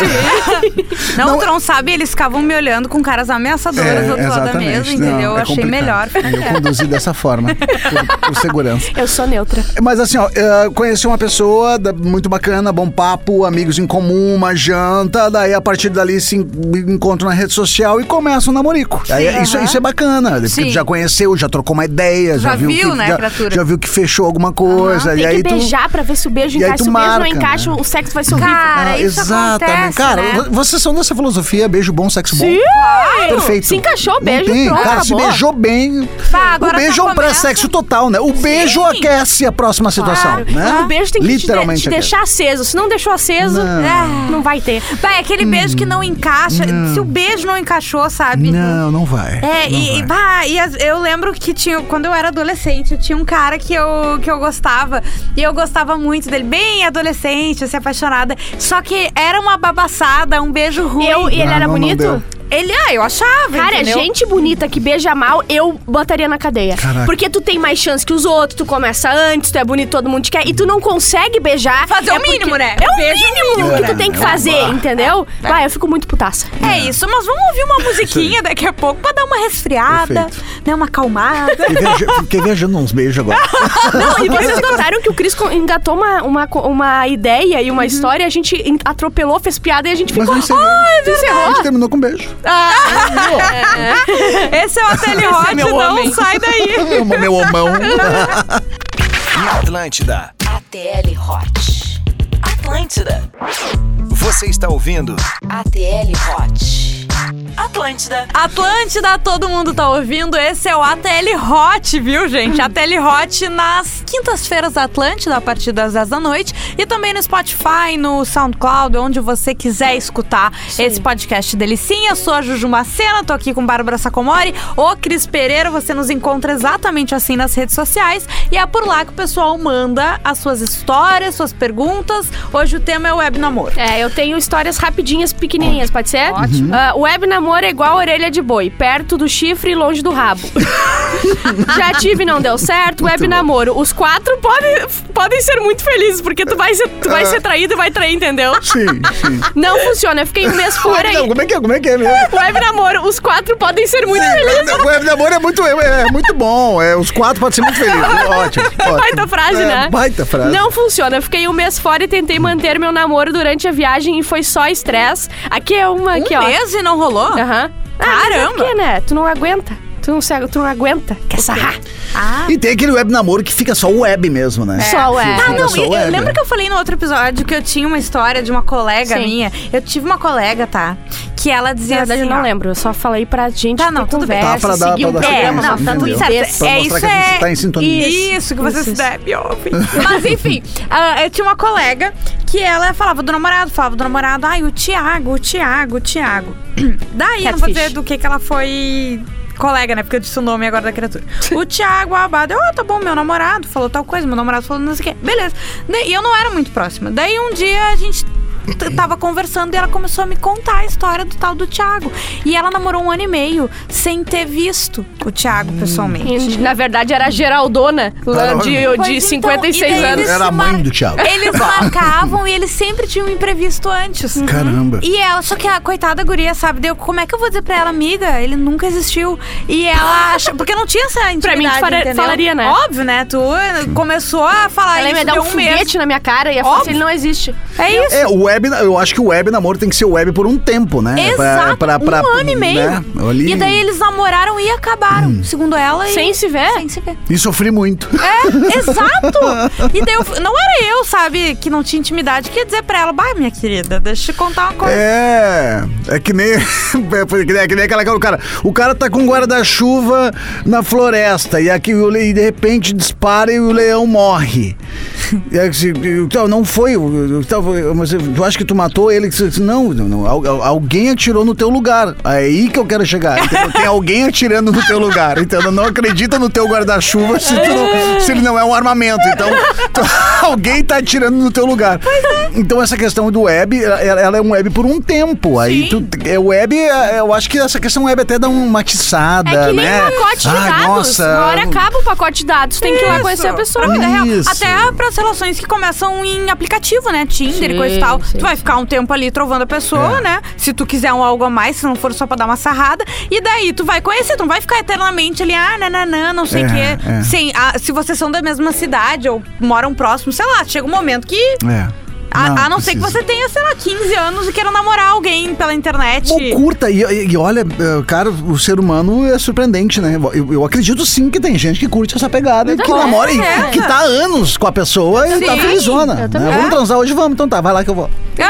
[SPEAKER 4] Não, o Tron sabe, eles ficavam me olhando com caras
[SPEAKER 5] É,
[SPEAKER 4] ameaçadoras do outro lado da mesa,
[SPEAKER 5] Não,
[SPEAKER 4] entendeu? eu
[SPEAKER 5] é
[SPEAKER 4] achei
[SPEAKER 5] complicado.
[SPEAKER 4] melhor.
[SPEAKER 5] Eu conduzi dessa forma, por, por segurança.
[SPEAKER 3] Eu sou neutra.
[SPEAKER 5] Mas assim, ó, eh, conheci uma pessoa da- muito bacana, bom papo, amigos em comum, uma janta, daí a partir dali se en- encontro na rede social e começa um namorico. Aí, isso, isso é bacana, porque
[SPEAKER 4] Sim.
[SPEAKER 5] tu já conheceu, já trocou uma ideia, já,
[SPEAKER 4] Já
[SPEAKER 5] viu
[SPEAKER 4] viu,
[SPEAKER 5] que,
[SPEAKER 4] né,
[SPEAKER 5] já,
[SPEAKER 4] criatura?
[SPEAKER 5] já viu que fechou alguma coisa.
[SPEAKER 3] Tem
[SPEAKER 5] e aí
[SPEAKER 3] que beijar pra ver se o beijo
[SPEAKER 5] e aí
[SPEAKER 3] encaixa. Se
[SPEAKER 5] tu
[SPEAKER 3] o beijo não
[SPEAKER 5] marca,
[SPEAKER 3] encaixa,
[SPEAKER 5] né?
[SPEAKER 3] o sexo vai ser horrível.
[SPEAKER 4] Cara,
[SPEAKER 5] Ah,
[SPEAKER 4] isso
[SPEAKER 5] exatamente.
[SPEAKER 4] acontece,
[SPEAKER 5] Cara,
[SPEAKER 4] né?
[SPEAKER 5] vo- vocês são dessa filosofia, beijo bom, sexo bom.
[SPEAKER 3] Sim!
[SPEAKER 5] Perfeito.
[SPEAKER 3] Se encaixou,
[SPEAKER 5] Não
[SPEAKER 3] beijo,
[SPEAKER 5] tem.
[SPEAKER 3] pronto, tá
[SPEAKER 5] Cara, se
[SPEAKER 3] acabou.
[SPEAKER 5] beijou bem.
[SPEAKER 4] Bah,
[SPEAKER 5] o
[SPEAKER 4] agora
[SPEAKER 3] tá
[SPEAKER 5] beijo
[SPEAKER 4] só
[SPEAKER 5] é um
[SPEAKER 4] começa-
[SPEAKER 5] pré-sexo total, né? O beijo aquece a próxima situação, né?
[SPEAKER 3] Ah, O beijo tem que te, de-
[SPEAKER 5] Literalmente
[SPEAKER 3] te
[SPEAKER 5] aquece.
[SPEAKER 3] deixar aceso. Se não deixou aceso,
[SPEAKER 5] Não.
[SPEAKER 3] é, não vai ter.
[SPEAKER 4] Bah, é aquele beijo que não encaixa. Se o beijo não encaixou, sabe?
[SPEAKER 5] Hum. Não, não vai.
[SPEAKER 4] É,
[SPEAKER 5] não
[SPEAKER 4] e, e,
[SPEAKER 5] vai.
[SPEAKER 4] bah, e as- eu lembro que tinha, quando eu era adolescente, eu tinha um cara que eu, que eu gostava. E eu gostava muito dele, bem adolescente, assim, apaixonada. Só que era uma babaçada, um beijo ruim.
[SPEAKER 3] Eu, e ele
[SPEAKER 5] Ah,
[SPEAKER 3] era
[SPEAKER 5] não, não
[SPEAKER 3] bonito?
[SPEAKER 5] deu.
[SPEAKER 4] Ele, ah, eu achava.
[SPEAKER 3] Cara,
[SPEAKER 4] entendeu?
[SPEAKER 3] gente bonita que beija mal, eu botaria na cadeia.
[SPEAKER 5] Caraca.
[SPEAKER 3] Porque tu tem mais chance que os outros, tu começa antes, tu é bonito, todo mundo te quer, e tu não consegue beijar.
[SPEAKER 4] Fazer
[SPEAKER 3] é
[SPEAKER 4] o É, mínimo,
[SPEAKER 3] porque-
[SPEAKER 4] né?
[SPEAKER 3] É o
[SPEAKER 4] Beijo
[SPEAKER 3] mínimo que
[SPEAKER 5] mínimo,
[SPEAKER 3] tu tem que
[SPEAKER 5] né?
[SPEAKER 3] fazer, entendeu? Vai, eu fico muito putaça.
[SPEAKER 4] É isso, mas vamos ouvir uma musiquinha daqui a pouco pra dar uma resfriada, né? Uma acalmada.
[SPEAKER 5] Fiquei viaja- Fiquei viajando uns beijos agora.
[SPEAKER 4] Ah, É
[SPEAKER 3] Não, e vocês notaram que o Cris co- engatou uma, uma, co- uma ideia e uma história, a gente en- atropelou, fez piada e a gente
[SPEAKER 5] Uhum. Mas
[SPEAKER 3] ficou.
[SPEAKER 5] não encerrou.
[SPEAKER 3] tu
[SPEAKER 5] A
[SPEAKER 3] encerrou?
[SPEAKER 5] gente terminou com um beijo.
[SPEAKER 4] Esse é o Ateli Hot,
[SPEAKER 3] meu
[SPEAKER 4] não
[SPEAKER 3] homem.
[SPEAKER 4] sai daí.
[SPEAKER 5] É, Meu homão.
[SPEAKER 1] Atlântida.
[SPEAKER 2] ATL Hot. Atlântida.
[SPEAKER 1] Você está ouvindo?
[SPEAKER 2] ATL Hot. Atlântida.
[SPEAKER 4] Atlântida, todo mundo tá ouvindo. Esse é o ATL Hot, viu, gente? ATL Hot nas quintas-feiras da Atlântida, a partir das 10 da noite. E também no Spotify, no SoundCloud, onde você quiser escutar esse podcast delicinha. Eu sou a Juju Macena, tô aqui com Bárbara Sacomori, o Cris Pereira. Você nos encontra exatamente assim nas redes sociais. E é por lá que o pessoal manda as suas histórias, suas perguntas. Hoje o tema é web namoro.
[SPEAKER 3] É, eu tenho histórias rapidinhas, pequenininhas, pode ser? Ótimo. web namoro é igual a orelha de boi, perto do chifre e longe do rabo. Já tive, não deu certo. Web namoro. Os quatro podem, podem ser muito felizes, porque tu vai ser, tu vai ser traído e vai trair, entendeu?
[SPEAKER 5] Sim, sim.
[SPEAKER 3] Não funciona, eu fiquei um mês fora
[SPEAKER 5] Não,
[SPEAKER 3] e...
[SPEAKER 5] como é que é? Como é que é mesmo?
[SPEAKER 3] Web namoro, os quatro podem ser muito felizes.
[SPEAKER 5] O web namoro é muito, é, é muito bom. É, os quatro podem ser muito felizes. Ótimo. ótimo.
[SPEAKER 3] Baita frase,
[SPEAKER 5] É,
[SPEAKER 3] né?
[SPEAKER 5] Baita frase.
[SPEAKER 3] Não funciona. Eu Fiquei um mês fora e tentei manter meu namoro durante a viagem e foi só estresse. Aqui é uma, aqui,
[SPEAKER 4] um
[SPEAKER 3] ó. É.
[SPEAKER 4] mês e não rolou?
[SPEAKER 3] Aham.
[SPEAKER 4] Caramba!
[SPEAKER 3] Por quê, né? Tu não aguenta. Tu não, se, tu não aguenta. Quer sarrar.
[SPEAKER 4] Ah,
[SPEAKER 5] E tem aquele web namoro que fica só web mesmo, né?
[SPEAKER 3] Só é. web.
[SPEAKER 5] Fica
[SPEAKER 4] Ah, não,
[SPEAKER 5] só
[SPEAKER 4] e- eu,
[SPEAKER 5] web.
[SPEAKER 4] lembro que eu falei no outro episódio que eu tinha uma história de uma colega
[SPEAKER 3] Sim.
[SPEAKER 4] minha. Eu tive uma colega, tá? Que ela
[SPEAKER 3] Na
[SPEAKER 4] dizia
[SPEAKER 3] verdade,
[SPEAKER 4] assim.
[SPEAKER 3] eu não
[SPEAKER 4] ó,
[SPEAKER 3] lembro. Tipo, Eu só falei pra gente
[SPEAKER 4] Tá, não,
[SPEAKER 3] ter
[SPEAKER 4] tudo bem.
[SPEAKER 3] conversa,
[SPEAKER 5] Tá, pra dar-
[SPEAKER 3] seguir
[SPEAKER 5] pra
[SPEAKER 3] um
[SPEAKER 5] dar
[SPEAKER 3] programa.
[SPEAKER 5] segurança,
[SPEAKER 3] não, tá tudo
[SPEAKER 5] entendeu?
[SPEAKER 3] certo.
[SPEAKER 5] Pra
[SPEAKER 4] É
[SPEAKER 5] mostrar
[SPEAKER 4] isso,
[SPEAKER 5] que a gente
[SPEAKER 4] é-
[SPEAKER 5] tá em sintonia.
[SPEAKER 4] Isso, que vocês
[SPEAKER 3] Isso, isso.
[SPEAKER 4] devem ouvir. Mas enfim, ah, eu tinha uma colega que ela falava do namorado, falava do namorado, ai, o Tiago, o Tiago, o Tiago. Daí, eu não vou
[SPEAKER 3] Catfish.
[SPEAKER 4] dizer do que, que ela foi colega, né? Porque eu disse o nome agora da criatura. O Tiago Abado, eu, ah, tá bom, meu namorado falou tal coisa, meu namorado falou não sei o quê. Beleza. Daí- E eu não era muito próxima. Daí um dia a gente t- tava conversando e ela começou a me contar a história do tal do Tiago. E ela namorou um ano e meio sem ter visto o Tiago pessoalmente.
[SPEAKER 3] E, Na verdade, era a Geraldona, lá
[SPEAKER 5] Caramba.
[SPEAKER 3] de,
[SPEAKER 4] Pois
[SPEAKER 3] de
[SPEAKER 4] então,
[SPEAKER 3] 56
[SPEAKER 4] e daí
[SPEAKER 3] anos.
[SPEAKER 4] eles
[SPEAKER 5] Era a mãe
[SPEAKER 4] mar-
[SPEAKER 5] do Thiago.
[SPEAKER 4] Eles marcavam e eles sempre tinham um imprevisto antes.
[SPEAKER 5] Caramba.
[SPEAKER 4] E ela, só que a coitada guria, sabe? Deu, como é que eu vou dizer pra ela, amiga? Ele nunca existiu. E ela acha. Porque não tinha essa intimidade,
[SPEAKER 3] mim, tu fala-
[SPEAKER 4] entendeu?
[SPEAKER 3] falaria, né?
[SPEAKER 4] Óbvio, né? Tu começou a falar
[SPEAKER 3] Ela
[SPEAKER 4] isso,
[SPEAKER 3] ia me dar
[SPEAKER 4] deu
[SPEAKER 3] um
[SPEAKER 4] mês.
[SPEAKER 3] foguete na minha cara e ia falar
[SPEAKER 4] Óbvio.
[SPEAKER 3] assim, ele não existe.
[SPEAKER 4] É isso.
[SPEAKER 5] É, o web, eu acho que o web namoro tem que ser web por um tempo, né?
[SPEAKER 4] Exato, um ano e meio.
[SPEAKER 5] né? Ali-
[SPEAKER 4] E daí eles namoraram e acabaram,
[SPEAKER 3] Hum.
[SPEAKER 4] segundo ela. e-
[SPEAKER 3] Sem se ver.
[SPEAKER 4] Sem se ver.
[SPEAKER 5] E sofri muito.
[SPEAKER 4] É, exato! E daí eu, f- não era eu, sabe, que não tinha intimidade, que ia dizer pra ela, bah, minha querida, deixa eu te contar uma coisa.
[SPEAKER 5] É. É que nem. É que nem, é que nem aquela cara. O cara, o cara tá com um guarda-chuva na floresta e aqui o le- e de repente dispara e o leão morre. E aí, se- e- então, não foi. então, o- o- tal, foi- Mas tu acha que tu matou ele? Você disse, Não, não, não, al- al- alguém atirou no teu lugar. É Aí que eu quero chegar. entendeu? Tem alguém atirando no teu lugar. Então não acredita no teu guarda-chuva se, tu não- se ele não é um armamento. Então tu- alguém tá atirando no teu lugar.
[SPEAKER 3] é.
[SPEAKER 5] Então essa questão do web, ela, ela é um web por um tempo. Aí tu, é web, é, eu acho que essa questão web até dá uma atiçada,
[SPEAKER 3] É que nem
[SPEAKER 5] né?
[SPEAKER 3] pacote de
[SPEAKER 5] Ai,
[SPEAKER 3] dados.
[SPEAKER 5] nossa. um
[SPEAKER 3] Uma hora acaba o pacote de dados. Tem que ir lá
[SPEAKER 4] Isso.
[SPEAKER 3] conhecer a pessoa.
[SPEAKER 4] Pra vida é real.
[SPEAKER 5] Isso.
[SPEAKER 4] Até pras relações que começam em aplicativo, né? Tinder,
[SPEAKER 3] Sim,
[SPEAKER 4] coisa e tal.
[SPEAKER 3] sim,
[SPEAKER 4] tu vai ficar um tempo ali trovando a pessoa, né? Se tu quiser um algo a mais, se não for só pra dar uma sarrada. E daí tu vai conhecer, tu não vai ficar eternamente ali, ah, nananã, não sei o
[SPEAKER 5] É,
[SPEAKER 4] quê.
[SPEAKER 5] é.
[SPEAKER 4] Sem, ah, se vocês são da mesma cidade ou moram próximo, sei lá, chega um momento que.
[SPEAKER 5] É.
[SPEAKER 4] A, a não ser que
[SPEAKER 5] precisa.
[SPEAKER 4] você tenha, sei lá, 15 anos e queira namorar alguém pela internet.
[SPEAKER 5] Pô, curta, e, e- e olha, eh, cara, o ser humano é surpreendente, né? Eu, eu acredito sim que tem gente que curte essa pegada e que
[SPEAKER 3] também,
[SPEAKER 5] namora e
[SPEAKER 4] é.
[SPEAKER 5] que tá há anos com a pessoa e tá
[SPEAKER 4] Sim,
[SPEAKER 5] felizona.
[SPEAKER 3] eu
[SPEAKER 5] né?
[SPEAKER 3] também.
[SPEAKER 5] Vamos transar hoje? Vamos, então tá, vai lá que eu vou. né?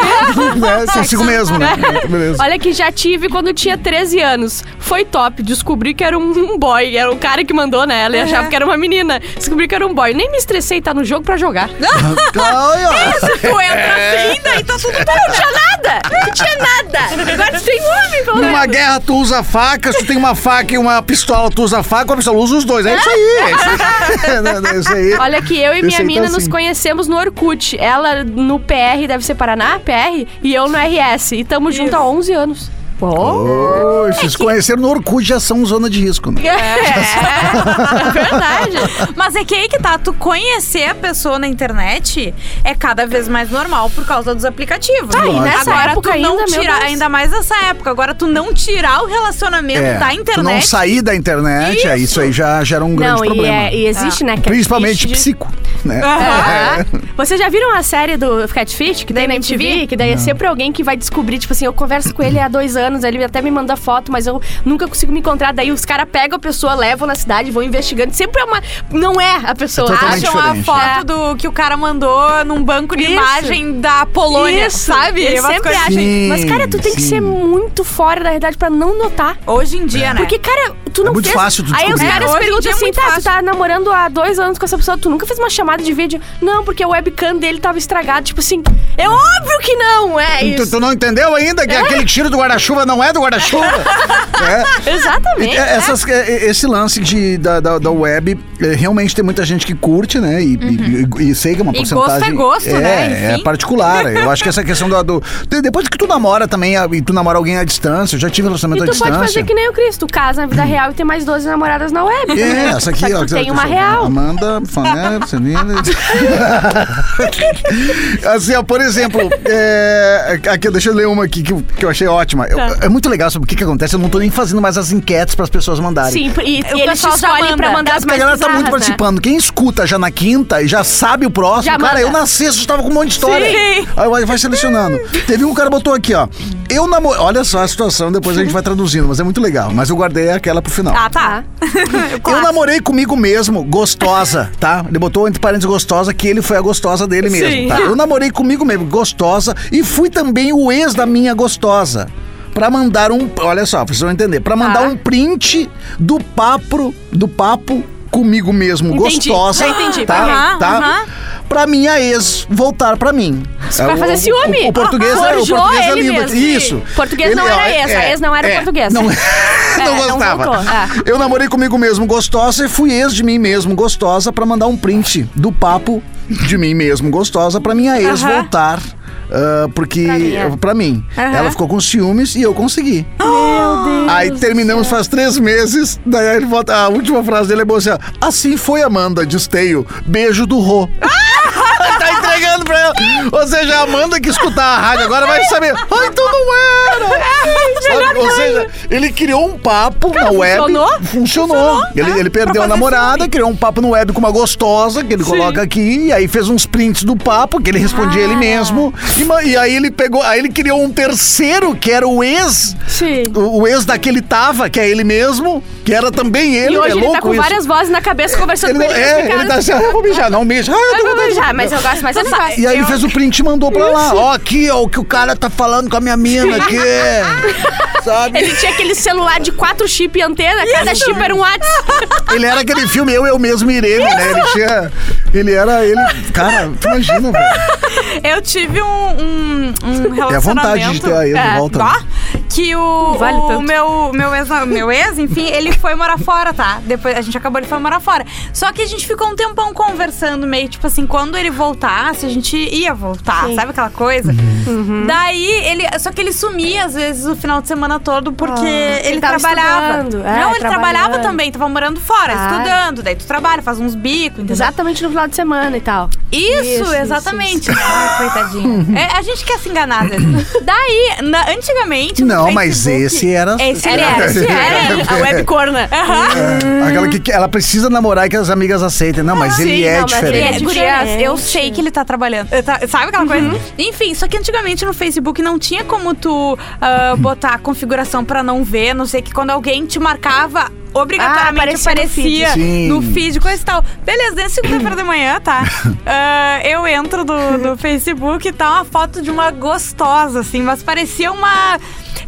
[SPEAKER 5] Você é consigo mesmo, né? Beleza.
[SPEAKER 3] Olha que já tive quando tinha 13 anos. Foi top. Descobri que era um, um boy. Era o cara que mandou, né? Ela e achava que era uma menina. Descobri que era um boy. Nem me estressei, tá no jogo pra jogar. é Não
[SPEAKER 5] Olha, ó.
[SPEAKER 4] Tu entra assim, daí tá tudo
[SPEAKER 3] tinha nada! Não tinha nada! Agora tem um homem, pelo menos.
[SPEAKER 5] Numa guerra tu usa faca, se tu tem uma faca e uma pistola, tu usa faca, uma pistola usa os dois. É isso aí, é isso aí. Não, não, é isso aí.
[SPEAKER 3] Olha que eu e minha
[SPEAKER 5] Esse aí tá
[SPEAKER 3] mina nos
[SPEAKER 5] assim.
[SPEAKER 3] conhecemos no Orkut. Ela no PR, deve ser Paraná, PR, e eu no RS. E tamo junto há 11 anos.
[SPEAKER 5] Ô, Vocês conheceram no Orkut, já são zona de risco, né?
[SPEAKER 3] É, é verdade.
[SPEAKER 4] Mas é que aí que tá, tu conhecer a pessoa na internet é cada vez mais normal por causa dos aplicativos.
[SPEAKER 3] Ah, e nessa
[SPEAKER 4] agora
[SPEAKER 3] época
[SPEAKER 4] tu não
[SPEAKER 3] ainda, meu
[SPEAKER 4] tirar,
[SPEAKER 3] Deus.
[SPEAKER 4] ainda mais nessa época, agora tu não tirar o relacionamento
[SPEAKER 5] É,
[SPEAKER 4] da
[SPEAKER 5] Tu não
[SPEAKER 4] internet.
[SPEAKER 5] sair da internet, é isso aí já gera um grande
[SPEAKER 3] não, e,
[SPEAKER 5] problema.
[SPEAKER 3] é- e existe, né? catfish
[SPEAKER 5] Principalmente
[SPEAKER 3] de-
[SPEAKER 5] psico, né?
[SPEAKER 4] É.
[SPEAKER 3] Ah. Vocês já viram a série do Catfish, que daí na MTV? Que daí é sempre alguém que vai descobrir, tipo assim, eu converso com ele há dois anos, ele até me manda foto, mas eu nunca consigo me encontrar. Daí os caras pegam a pessoa, levam na cidade, vão investigando. Sempre é uma. Não é a pessoa.
[SPEAKER 5] É totalmente
[SPEAKER 4] Acham a
[SPEAKER 5] diferente.
[SPEAKER 4] foto do que o cara mandou num banco de
[SPEAKER 3] É. Isso.
[SPEAKER 4] imagem da Polônia,
[SPEAKER 3] Isso,
[SPEAKER 4] sabe?
[SPEAKER 3] Eles
[SPEAKER 4] é Umas
[SPEAKER 3] sempre
[SPEAKER 4] coisas- assim.
[SPEAKER 3] acham.
[SPEAKER 5] Sim,
[SPEAKER 3] Mas, cara, tu tem que
[SPEAKER 5] sim.
[SPEAKER 3] ser muito fora da realidade pra não notar.
[SPEAKER 4] Hoje em dia, né?
[SPEAKER 3] É. Porque, cara, tu não
[SPEAKER 5] É muito
[SPEAKER 3] fez...
[SPEAKER 5] fácil tu
[SPEAKER 3] Aí os
[SPEAKER 5] descobrir.
[SPEAKER 3] caras
[SPEAKER 4] Hoje em dia
[SPEAKER 3] perguntam
[SPEAKER 4] é
[SPEAKER 3] assim,
[SPEAKER 4] muito
[SPEAKER 3] tá, tu
[SPEAKER 4] fácil.
[SPEAKER 3] tá namorando há dois anos com essa pessoa, tu nunca fez uma chamada de vídeo? Não, porque o webcam dele tava estragado. Tipo assim, é óbvio que não, é
[SPEAKER 5] Tu,
[SPEAKER 3] isso.
[SPEAKER 5] tu não entendeu ainda que aquele tiro do guarda-chuva não é do guarda-chuva? É.
[SPEAKER 3] Exatamente.
[SPEAKER 5] É, essas- é, é, esse lance de, da, da, da web, é, realmente tem muita gente que curte, né? E, e- e- e sei que é uma
[SPEAKER 4] E gosto
[SPEAKER 5] porcentagem.
[SPEAKER 4] é gosto,
[SPEAKER 5] é,
[SPEAKER 4] né?
[SPEAKER 5] É
[SPEAKER 4] Enfim.
[SPEAKER 5] particular. Eu acho que essa questão do. do- de- depois que tu namora também, a- e tu namora alguém à distância, eu já tive
[SPEAKER 3] E
[SPEAKER 5] relacionamento
[SPEAKER 3] tu
[SPEAKER 5] à
[SPEAKER 3] pode
[SPEAKER 5] distância. Hum.
[SPEAKER 3] fazer que nem o Cristo, casa na vida real e ter mais 12 namoradas na web.
[SPEAKER 5] É, essa aqui,
[SPEAKER 3] Só
[SPEAKER 5] ó.
[SPEAKER 3] que tu tem
[SPEAKER 5] essa-
[SPEAKER 3] uma
[SPEAKER 5] essa-
[SPEAKER 3] real.
[SPEAKER 5] Amanda, Fanel, Celina. assim, ó, por exemplo, é, aqui, deixa eu ler uma aqui que, eu- que eu achei ótima. Eu-
[SPEAKER 3] Tá.
[SPEAKER 5] é muito legal sobre o que, que acontece. Eu não tô nem fazendo mais as enquetes pras pessoas mandarem.
[SPEAKER 3] Sim, e,
[SPEAKER 4] O
[SPEAKER 3] e eles te
[SPEAKER 4] pessoal já
[SPEAKER 3] escolhem
[SPEAKER 4] manda.
[SPEAKER 3] pra mandar as
[SPEAKER 5] Porque a
[SPEAKER 3] mais
[SPEAKER 5] galera tá
[SPEAKER 3] bizarras,
[SPEAKER 5] muito
[SPEAKER 3] né?
[SPEAKER 5] participando. Quem escuta já na quinta e já sabe o próximo,
[SPEAKER 3] Já
[SPEAKER 5] cara,
[SPEAKER 3] manda.
[SPEAKER 5] eu na sexta já tava com um monte de história.
[SPEAKER 4] Sim.
[SPEAKER 5] Aí vai- vai selecionando. Teve um cara botou aqui, ó. Eu namoro. Olha só a situação, depois a gente vai traduzindo, mas é muito legal. Mas eu guardei aquela pro final.
[SPEAKER 4] Ah, tá.
[SPEAKER 5] Eu namorei comigo mesmo, gostosa, tá? Ele botou entre parênteses gostosa, que ele foi a gostosa dele mesmo,
[SPEAKER 4] Sim.
[SPEAKER 5] tá? Eu namorei comigo mesmo, gostosa, e fui também o ex da minha gostosa. Pra mandar um. Olha só, vocês vão entender. Pra mandar
[SPEAKER 3] Tá.
[SPEAKER 5] um print do papo. Do papo comigo mesmo,
[SPEAKER 3] Entendi,
[SPEAKER 5] gostosa.
[SPEAKER 3] já entendi.
[SPEAKER 5] Tá?
[SPEAKER 4] Aham,
[SPEAKER 5] tá?
[SPEAKER 4] aham.
[SPEAKER 5] Pra minha ex voltar pra mim. É,
[SPEAKER 3] Pra fazer
[SPEAKER 5] o-
[SPEAKER 3] ciúme.
[SPEAKER 5] O, o português, é, o
[SPEAKER 3] Forjou
[SPEAKER 5] português é
[SPEAKER 3] ele
[SPEAKER 5] lindo.
[SPEAKER 3] mesmo.
[SPEAKER 5] Isso. é,
[SPEAKER 3] Português não era
[SPEAKER 5] ó,
[SPEAKER 3] ex, a ex não era português.
[SPEAKER 5] Não,
[SPEAKER 3] não
[SPEAKER 5] não gostava.
[SPEAKER 3] voltou, é.
[SPEAKER 5] Eu namorei comigo mesmo gostosa e fui ex de mim mesmo gostosa pra mandar um print do papo de mim mesmo gostosa pra minha ex
[SPEAKER 4] Aham.
[SPEAKER 5] voltar. ah, porque
[SPEAKER 3] Pra minha.
[SPEAKER 5] pra mim,
[SPEAKER 4] Aham.
[SPEAKER 5] ela ficou com ciúmes e eu consegui. Aí terminamos faz três meses. Daí ele volta. A última frase dele é boa assim: ó, assim foi Amanda, Disteio. Beijo do Rô. tá entregando pra ela. Ou seja, a Amanda que escutar a rádio agora vai saber. Ah, então não era. Sabe? Ou seja, Ele criou um papo
[SPEAKER 3] Cara,
[SPEAKER 5] na web.
[SPEAKER 3] funcionou?
[SPEAKER 5] Funcionou. ele, ele perdeu a
[SPEAKER 4] Pra fazer
[SPEAKER 5] namorada, criou um papo no web com uma gostosa, que ele coloca aqui, e aí fez uns prints do papo, que ele respondia ele mesmo. E, ma- e aí ele pegou, aí ele criou um terceiro, que era o ex.
[SPEAKER 3] Sim.
[SPEAKER 5] O, o ex daquele tava, que é ele mesmo, que era também ele.
[SPEAKER 3] E hoje
[SPEAKER 5] é
[SPEAKER 3] ele
[SPEAKER 5] louco
[SPEAKER 3] tá com
[SPEAKER 5] isso.
[SPEAKER 3] várias vozes na cabeça conversando
[SPEAKER 5] Ele
[SPEAKER 3] com
[SPEAKER 5] não,
[SPEAKER 3] ele.
[SPEAKER 5] é, ele tá assim, ah, eu vou mijar, não mija. Ah, eu tô
[SPEAKER 3] Eu
[SPEAKER 5] vontade
[SPEAKER 3] vou
[SPEAKER 5] de
[SPEAKER 3] já, mas eu gosto mais dessa fase.
[SPEAKER 5] Então tá, e aí ele fez o print e mandou pra lá. Ó, aqui, ó, o que o cara tá falando com a minha mina aqui. Sabe?
[SPEAKER 3] Ele tinha aquele celular de quatro chip e antena, cada chip era um WhatsApp.
[SPEAKER 5] Ele era aquele filme Eu, Eu Mesmo e Irene, né? Ele tinha... Ele era... Ele... Cara, tu imagina, velho.
[SPEAKER 4] Eu tive um, um, um
[SPEAKER 5] É a
[SPEAKER 4] relacionamento.
[SPEAKER 5] vontade de ter a ex de
[SPEAKER 3] É,
[SPEAKER 5] volta. né?
[SPEAKER 4] Ó, que o,
[SPEAKER 3] Vale
[SPEAKER 4] o
[SPEAKER 3] tanto.
[SPEAKER 4] meu, meu, ex, meu ex, enfim, ele foi morar fora, tá? Depois a gente acabou, ele foi morar fora. Só que a gente ficou um tempão conversando, meio tipo assim, quando ele voltasse, a gente ia voltar, sabe aquela coisa?
[SPEAKER 5] Uhum.
[SPEAKER 4] Daí ele. Só que ele sumia, às vezes, o final de semana todo, porque ele,
[SPEAKER 3] Ah. ele tava
[SPEAKER 4] trabalhava.
[SPEAKER 3] estudando. É,
[SPEAKER 4] Não, ele trabalhava
[SPEAKER 3] trabalhando.
[SPEAKER 4] também, tava morando fora,
[SPEAKER 3] Ah.
[SPEAKER 4] estudando. Daí tu trabalha, faz uns bicos, entendeu?
[SPEAKER 3] Exatamente no final de semana e tal.
[SPEAKER 4] Isso,
[SPEAKER 3] Isso,
[SPEAKER 4] exatamente. Ai, coitadinho. É, a gente quer se enganar, às vezes. Daí, na- antigamente. no
[SPEAKER 5] Não, mas
[SPEAKER 4] Facebook-
[SPEAKER 5] esse era-
[SPEAKER 4] Esse
[SPEAKER 3] Era,
[SPEAKER 4] era.
[SPEAKER 3] era, era. A né? webcorna.
[SPEAKER 5] Ah, Aquela que que ela precisa namorar e que as amigas aceitem. Não, mas
[SPEAKER 3] Ah,
[SPEAKER 5] ele
[SPEAKER 3] Sim,
[SPEAKER 5] é
[SPEAKER 3] não, mas ele
[SPEAKER 4] É,
[SPEAKER 5] diferente.
[SPEAKER 3] É
[SPEAKER 4] gurias,
[SPEAKER 3] diferente.
[SPEAKER 4] eu sei que ele tá trabalhando. Eh, tá- sabe aquela coisa? Enfim, só que antigamente no Facebook não tinha como tu ah, botar a configuração pra não ver, não sei que quando alguém te marcava. Obrigatoriamente
[SPEAKER 3] Ah, aparecia no feed.
[SPEAKER 4] aparecia,
[SPEAKER 5] Sim.
[SPEAKER 4] no feed. coisa e tal. Beleza, desde segunda-feira da manhã, tá? Ah, eu entro do, do Facebook e tá uma foto de uma gostosa, assim, mas parecia uma.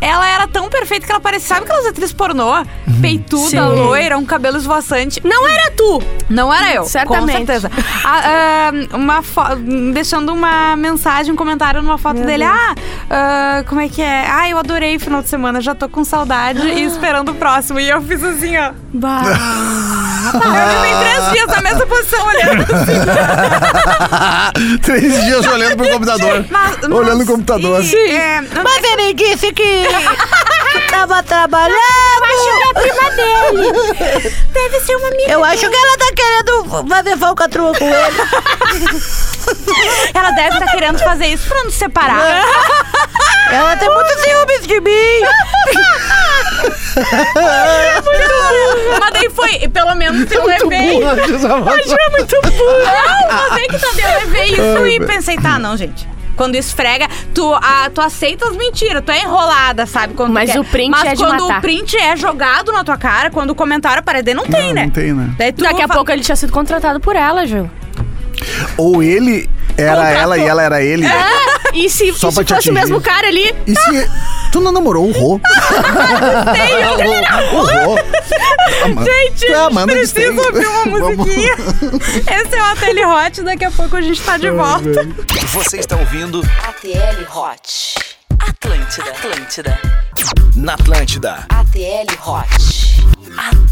[SPEAKER 4] Ela era tão perfeita que ela parecia. Sabe aquelas atrizes pornô? Peituda,
[SPEAKER 3] Sim.
[SPEAKER 4] loira, um cabelo esvoaçante. Não era tu! Não era eu.
[SPEAKER 3] Certamente.
[SPEAKER 4] Com certeza. Ah, ah, uma fo- deixando uma mensagem, um comentário numa foto dele. Ah, ah, como é que é? Ah, eu adorei o final de semana, já tô com saudade e esperando o próximo. E eu fiz assim, ó. Ah, Eu fiquei três dias na mesma posição olhando assim.
[SPEAKER 5] Três dias olhando pro computador.
[SPEAKER 4] Mas-
[SPEAKER 5] olhando
[SPEAKER 4] mas-
[SPEAKER 5] o computador.
[SPEAKER 4] e- é, não-
[SPEAKER 6] Mas ele disse que tava trabalhando.
[SPEAKER 4] é deve ser uma amiga.
[SPEAKER 6] Eu acho que ela tá querendo fazer falcatrua com ele.
[SPEAKER 4] Ela deve estar querendo fazer isso pra nos separar.
[SPEAKER 6] Ela tem muitos ciúmes de mim.
[SPEAKER 4] Mas daí foi, pelo menos
[SPEAKER 3] um
[SPEAKER 4] eu levei.
[SPEAKER 5] Burra, diz a moça.
[SPEAKER 4] Não, você que sabia, eu levei isso e pensei, tá, não, gente. Quando esfrega, tu, a, tu aceita as mentiras, tu é enrolada, sabe? Quando tu
[SPEAKER 3] Mas
[SPEAKER 4] quer.
[SPEAKER 3] o print
[SPEAKER 4] Mas
[SPEAKER 3] é de
[SPEAKER 4] quando o
[SPEAKER 3] matar.
[SPEAKER 4] print é jogado na tua cara, quando o comentário aparece, não tem,
[SPEAKER 5] Não,
[SPEAKER 4] né?
[SPEAKER 5] não tem, né?
[SPEAKER 4] Daí tu
[SPEAKER 3] Daqui a
[SPEAKER 4] fa-
[SPEAKER 3] pouco ele tinha sido contratado por ela, Ju.
[SPEAKER 5] Ou ele era ela e ela era ele.
[SPEAKER 4] É.
[SPEAKER 3] Ah, E se, e se
[SPEAKER 5] Só pra
[SPEAKER 3] fosse
[SPEAKER 5] te
[SPEAKER 3] o
[SPEAKER 5] atingir.
[SPEAKER 3] mesmo cara ali,
[SPEAKER 5] E se. Tu não namorou o Rô? o Rô.
[SPEAKER 4] Gente,
[SPEAKER 5] Ah, manda
[SPEAKER 4] preciso
[SPEAKER 5] distrair.
[SPEAKER 4] ouvir uma
[SPEAKER 5] Vamos.
[SPEAKER 4] musiquinha. Esse é o Ateli Hot, daqui a pouco a gente tá de volta.
[SPEAKER 1] Você está ouvindo
[SPEAKER 2] ATL Hot. Atlântida. Atlântida.
[SPEAKER 1] na Atlântida.
[SPEAKER 2] ATL Hot.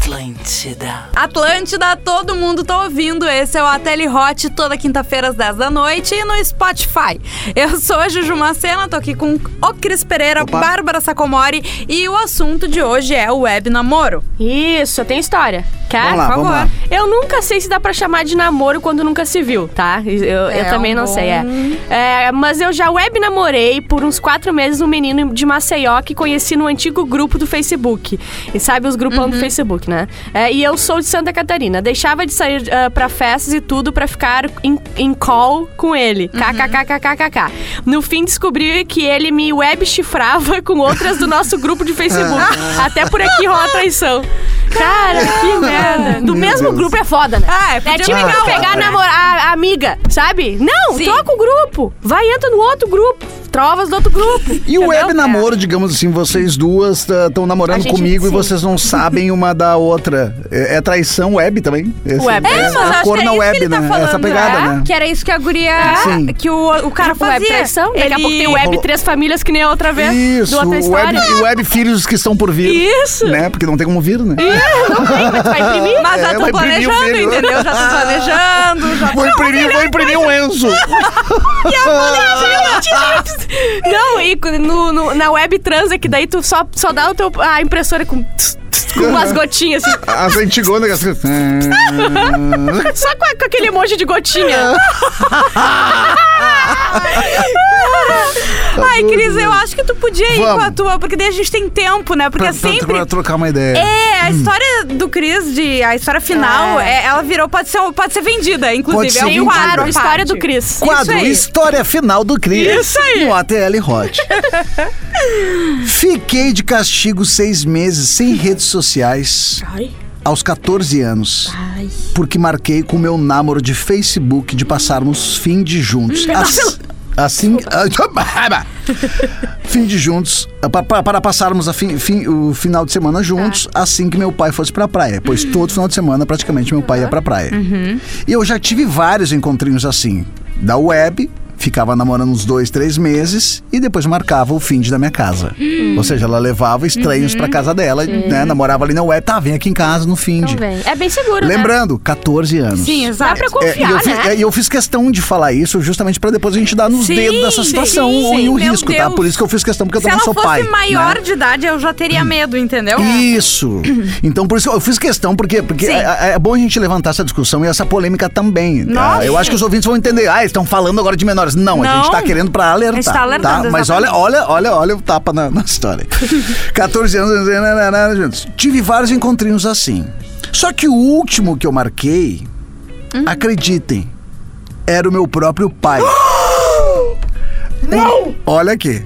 [SPEAKER 2] Atlântida.
[SPEAKER 4] Atlântida, todo mundo tá ouvindo. Esse é o Ateli Hot, toda quinta-feira às 10 da noite e no Spotify. Eu sou a Juju Macena, tô aqui com o Cris Pereira,
[SPEAKER 5] Opa.
[SPEAKER 4] Bárbara Sacomori e o assunto de hoje é o web namoro.
[SPEAKER 3] Isso, tem história. Quer?
[SPEAKER 5] Vamos lá,
[SPEAKER 3] Por
[SPEAKER 5] vamos
[SPEAKER 3] favor.
[SPEAKER 5] lá.
[SPEAKER 3] Eu nunca sei se dá pra chamar de namoro quando nunca se viu, tá? Eu, eu
[SPEAKER 4] É
[SPEAKER 3] também
[SPEAKER 4] um
[SPEAKER 3] não
[SPEAKER 4] bom-
[SPEAKER 3] sei, é. É, Mas eu já web namorei por uns quatro meses um menino de Maceió que conheci no antigo grupo do Facebook. E sabe os grupão
[SPEAKER 4] Uhum.
[SPEAKER 3] do Facebook, né? É, e eu sou de Santa Catarina. Deixava de sair ah, pra festas e tudo pra ficar em, em call com ele.
[SPEAKER 4] Uhum.
[SPEAKER 3] KKKKKKK. No fim, descobri que ele me web chifrava com outras do nosso grupo de Facebook. Até por aqui rola traição. Cara, que merda. Do
[SPEAKER 5] Meu
[SPEAKER 3] mesmo
[SPEAKER 5] Deus.
[SPEAKER 3] grupo é foda, né?
[SPEAKER 4] Ah, é, né?
[SPEAKER 3] É
[SPEAKER 4] podia
[SPEAKER 3] tipo
[SPEAKER 5] Ah,
[SPEAKER 3] igual
[SPEAKER 5] tá.
[SPEAKER 3] pegar a namora- a, a amiga, sabe? Não,
[SPEAKER 4] Sim.
[SPEAKER 3] troca o grupo. Vai, entra no outro grupo. Trovas do outro grupo.
[SPEAKER 5] E o
[SPEAKER 3] entendeu?
[SPEAKER 4] É.
[SPEAKER 5] web namoro, digamos assim, vocês duas estão namorando
[SPEAKER 3] A gente-
[SPEAKER 5] comigo e
[SPEAKER 3] sim.
[SPEAKER 5] vocês não sabem uma da outra. É, é traição web também? Esse-
[SPEAKER 3] Web. É,
[SPEAKER 5] essa
[SPEAKER 4] mas acho que
[SPEAKER 5] cor
[SPEAKER 4] é
[SPEAKER 5] na
[SPEAKER 4] isso que
[SPEAKER 5] web,
[SPEAKER 4] ele tá
[SPEAKER 5] né? Essa
[SPEAKER 4] falando,
[SPEAKER 5] pegada,
[SPEAKER 4] é?
[SPEAKER 5] né?
[SPEAKER 4] Que é era isso que a guria.
[SPEAKER 5] Sim.
[SPEAKER 4] Ah, Que o, o cara fazia.
[SPEAKER 3] Web traição. Daqui a pouco tem web
[SPEAKER 5] Rolou.
[SPEAKER 3] três famílias que nem a outra vez.
[SPEAKER 5] Isso,
[SPEAKER 3] do outra
[SPEAKER 5] o
[SPEAKER 3] história.
[SPEAKER 5] web, e web filhos que estão por
[SPEAKER 4] É
[SPEAKER 5] vir.
[SPEAKER 3] Isso.
[SPEAKER 5] Né? Porque não tem como vir, né?
[SPEAKER 3] Não tem, mas tu vai imprimir.
[SPEAKER 4] Mas já
[SPEAKER 5] É,
[SPEAKER 4] tô
[SPEAKER 5] vai imprimir o
[SPEAKER 4] planejando,
[SPEAKER 5] filho.
[SPEAKER 4] entendeu? Já tô planejando, já
[SPEAKER 5] Ah, Vou imprimir, vou imprimir um Enzo.
[SPEAKER 3] Não, e no- no- na web trans é que daí tu só, só dá o teu, a impressora com... tss, tss, com umas gotinhas assim.
[SPEAKER 5] A sentigona que assim. Ah,
[SPEAKER 3] Só com, a- com aquele emoji de
[SPEAKER 4] É.
[SPEAKER 3] gotinha.
[SPEAKER 4] Ai, Cris, eu acho que tu podia ir
[SPEAKER 5] Vamos. Ah,
[SPEAKER 4] com a tua, porque daí a gente tem tempo, né? Porque
[SPEAKER 5] pra,
[SPEAKER 4] sempre.
[SPEAKER 5] pra trocar uma ideia.
[SPEAKER 4] É,
[SPEAKER 5] Hum.
[SPEAKER 4] a história do Cris, de, a história
[SPEAKER 3] Ah.
[SPEAKER 4] final, é, ela virou, pode ser, pode ser vendida, inclusive.
[SPEAKER 5] Pode
[SPEAKER 4] é
[SPEAKER 5] ser
[SPEAKER 4] um
[SPEAKER 5] vendida.
[SPEAKER 4] quadro.
[SPEAKER 3] Claro,
[SPEAKER 4] à
[SPEAKER 3] história
[SPEAKER 4] parte.
[SPEAKER 3] do Cris.
[SPEAKER 5] Quadro
[SPEAKER 4] aí.
[SPEAKER 5] História Final do Cris.
[SPEAKER 4] Isso aí.
[SPEAKER 5] No ATL Hot. Fiquei de castigo seis meses sem redes sociais
[SPEAKER 3] Ai.
[SPEAKER 5] aos 14 anos. Porque marquei com meu namoro de Facebook de passarmos fim de juntos. As- Assim. fim de juntos. pa- pa- Para passarmos a fim- fim- o final de semana juntos, assim que meu pai fosse pra praia. Pois todo final de semana, praticamente, meu pai ia pra praia. E eu já tive vários encontrinhos assim. Da web, ficava namorando uns dois, três meses e depois marcava o fim de da minha casa. Ou seja, ela levava estranhos pra casa dela, né? Namorava ali na web, tá, vem aqui em casa no fim de.
[SPEAKER 3] É bem seguro, né?
[SPEAKER 5] Lembrando, 14 anos.
[SPEAKER 4] Sim,
[SPEAKER 3] Dá
[SPEAKER 4] exato.
[SPEAKER 3] pra
[SPEAKER 5] É, e
[SPEAKER 3] confiar,
[SPEAKER 5] eu, fi-
[SPEAKER 3] né?
[SPEAKER 5] é, e eu fiz questão de falar isso justamente pra depois a gente dar nos
[SPEAKER 4] Sim,
[SPEAKER 5] dedos dessa
[SPEAKER 4] sim,
[SPEAKER 5] situação
[SPEAKER 4] sim,
[SPEAKER 5] e o
[SPEAKER 4] meu
[SPEAKER 5] risco, tá?
[SPEAKER 4] Deus.
[SPEAKER 5] Por isso que eu fiz questão, porque eu
[SPEAKER 4] Se
[SPEAKER 5] também
[SPEAKER 4] ela
[SPEAKER 5] sou
[SPEAKER 4] fosse
[SPEAKER 5] pai.
[SPEAKER 4] maior
[SPEAKER 5] né?
[SPEAKER 4] de idade, eu já teria medo, entendeu?
[SPEAKER 5] É. Isso. Então, por isso que eu fiz questão, porque, porque
[SPEAKER 4] Sim.
[SPEAKER 5] é, é bom a gente levantar essa discussão e essa polêmica também. tá?
[SPEAKER 4] Nossa.
[SPEAKER 5] Eu acho que os ouvintes vão entender. Ah, eles estão falando agora de menores. Não, a gente
[SPEAKER 4] Não.
[SPEAKER 5] tá querendo pra alertar.
[SPEAKER 4] A gente tá alertando,
[SPEAKER 5] tá? Mas olha,
[SPEAKER 4] exatamente.
[SPEAKER 5] olha, olha, olha o tapa na, na história. 14 anos. nananana, gente. Tive vários encontrinhos assim. Só que o último que eu marquei,
[SPEAKER 4] Hum.
[SPEAKER 5] acreditem, era o meu próprio pai. Não! Olha aqui.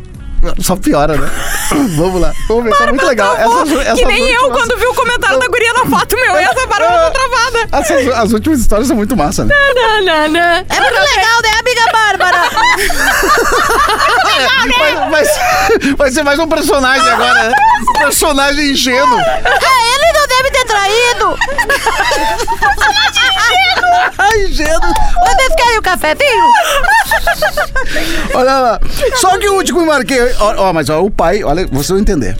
[SPEAKER 5] Só piora, né? Vamos lá. Vamos ver, tá muito legal. Essas- essas
[SPEAKER 4] que nem eu,
[SPEAKER 5] últimas-
[SPEAKER 4] quando vi o comentário da guria na foto, meu ex, a barba tá travada.
[SPEAKER 5] Essas- as últimas histórias são muito massa, né?
[SPEAKER 6] É muito legal, né, amiga Bárbara?
[SPEAKER 5] Vai, vai ser- vai ser mais um personagem agora, né? Um personagem ingênuo.
[SPEAKER 6] Ah, ele não deve ter traído.
[SPEAKER 5] Ai, Ah, ingênuo.
[SPEAKER 6] Vocês querem o cafezinho?
[SPEAKER 5] Olha lá. Só que o último que marquei. Ó, ó, mas ó, o pai, olha, vocês vão entender.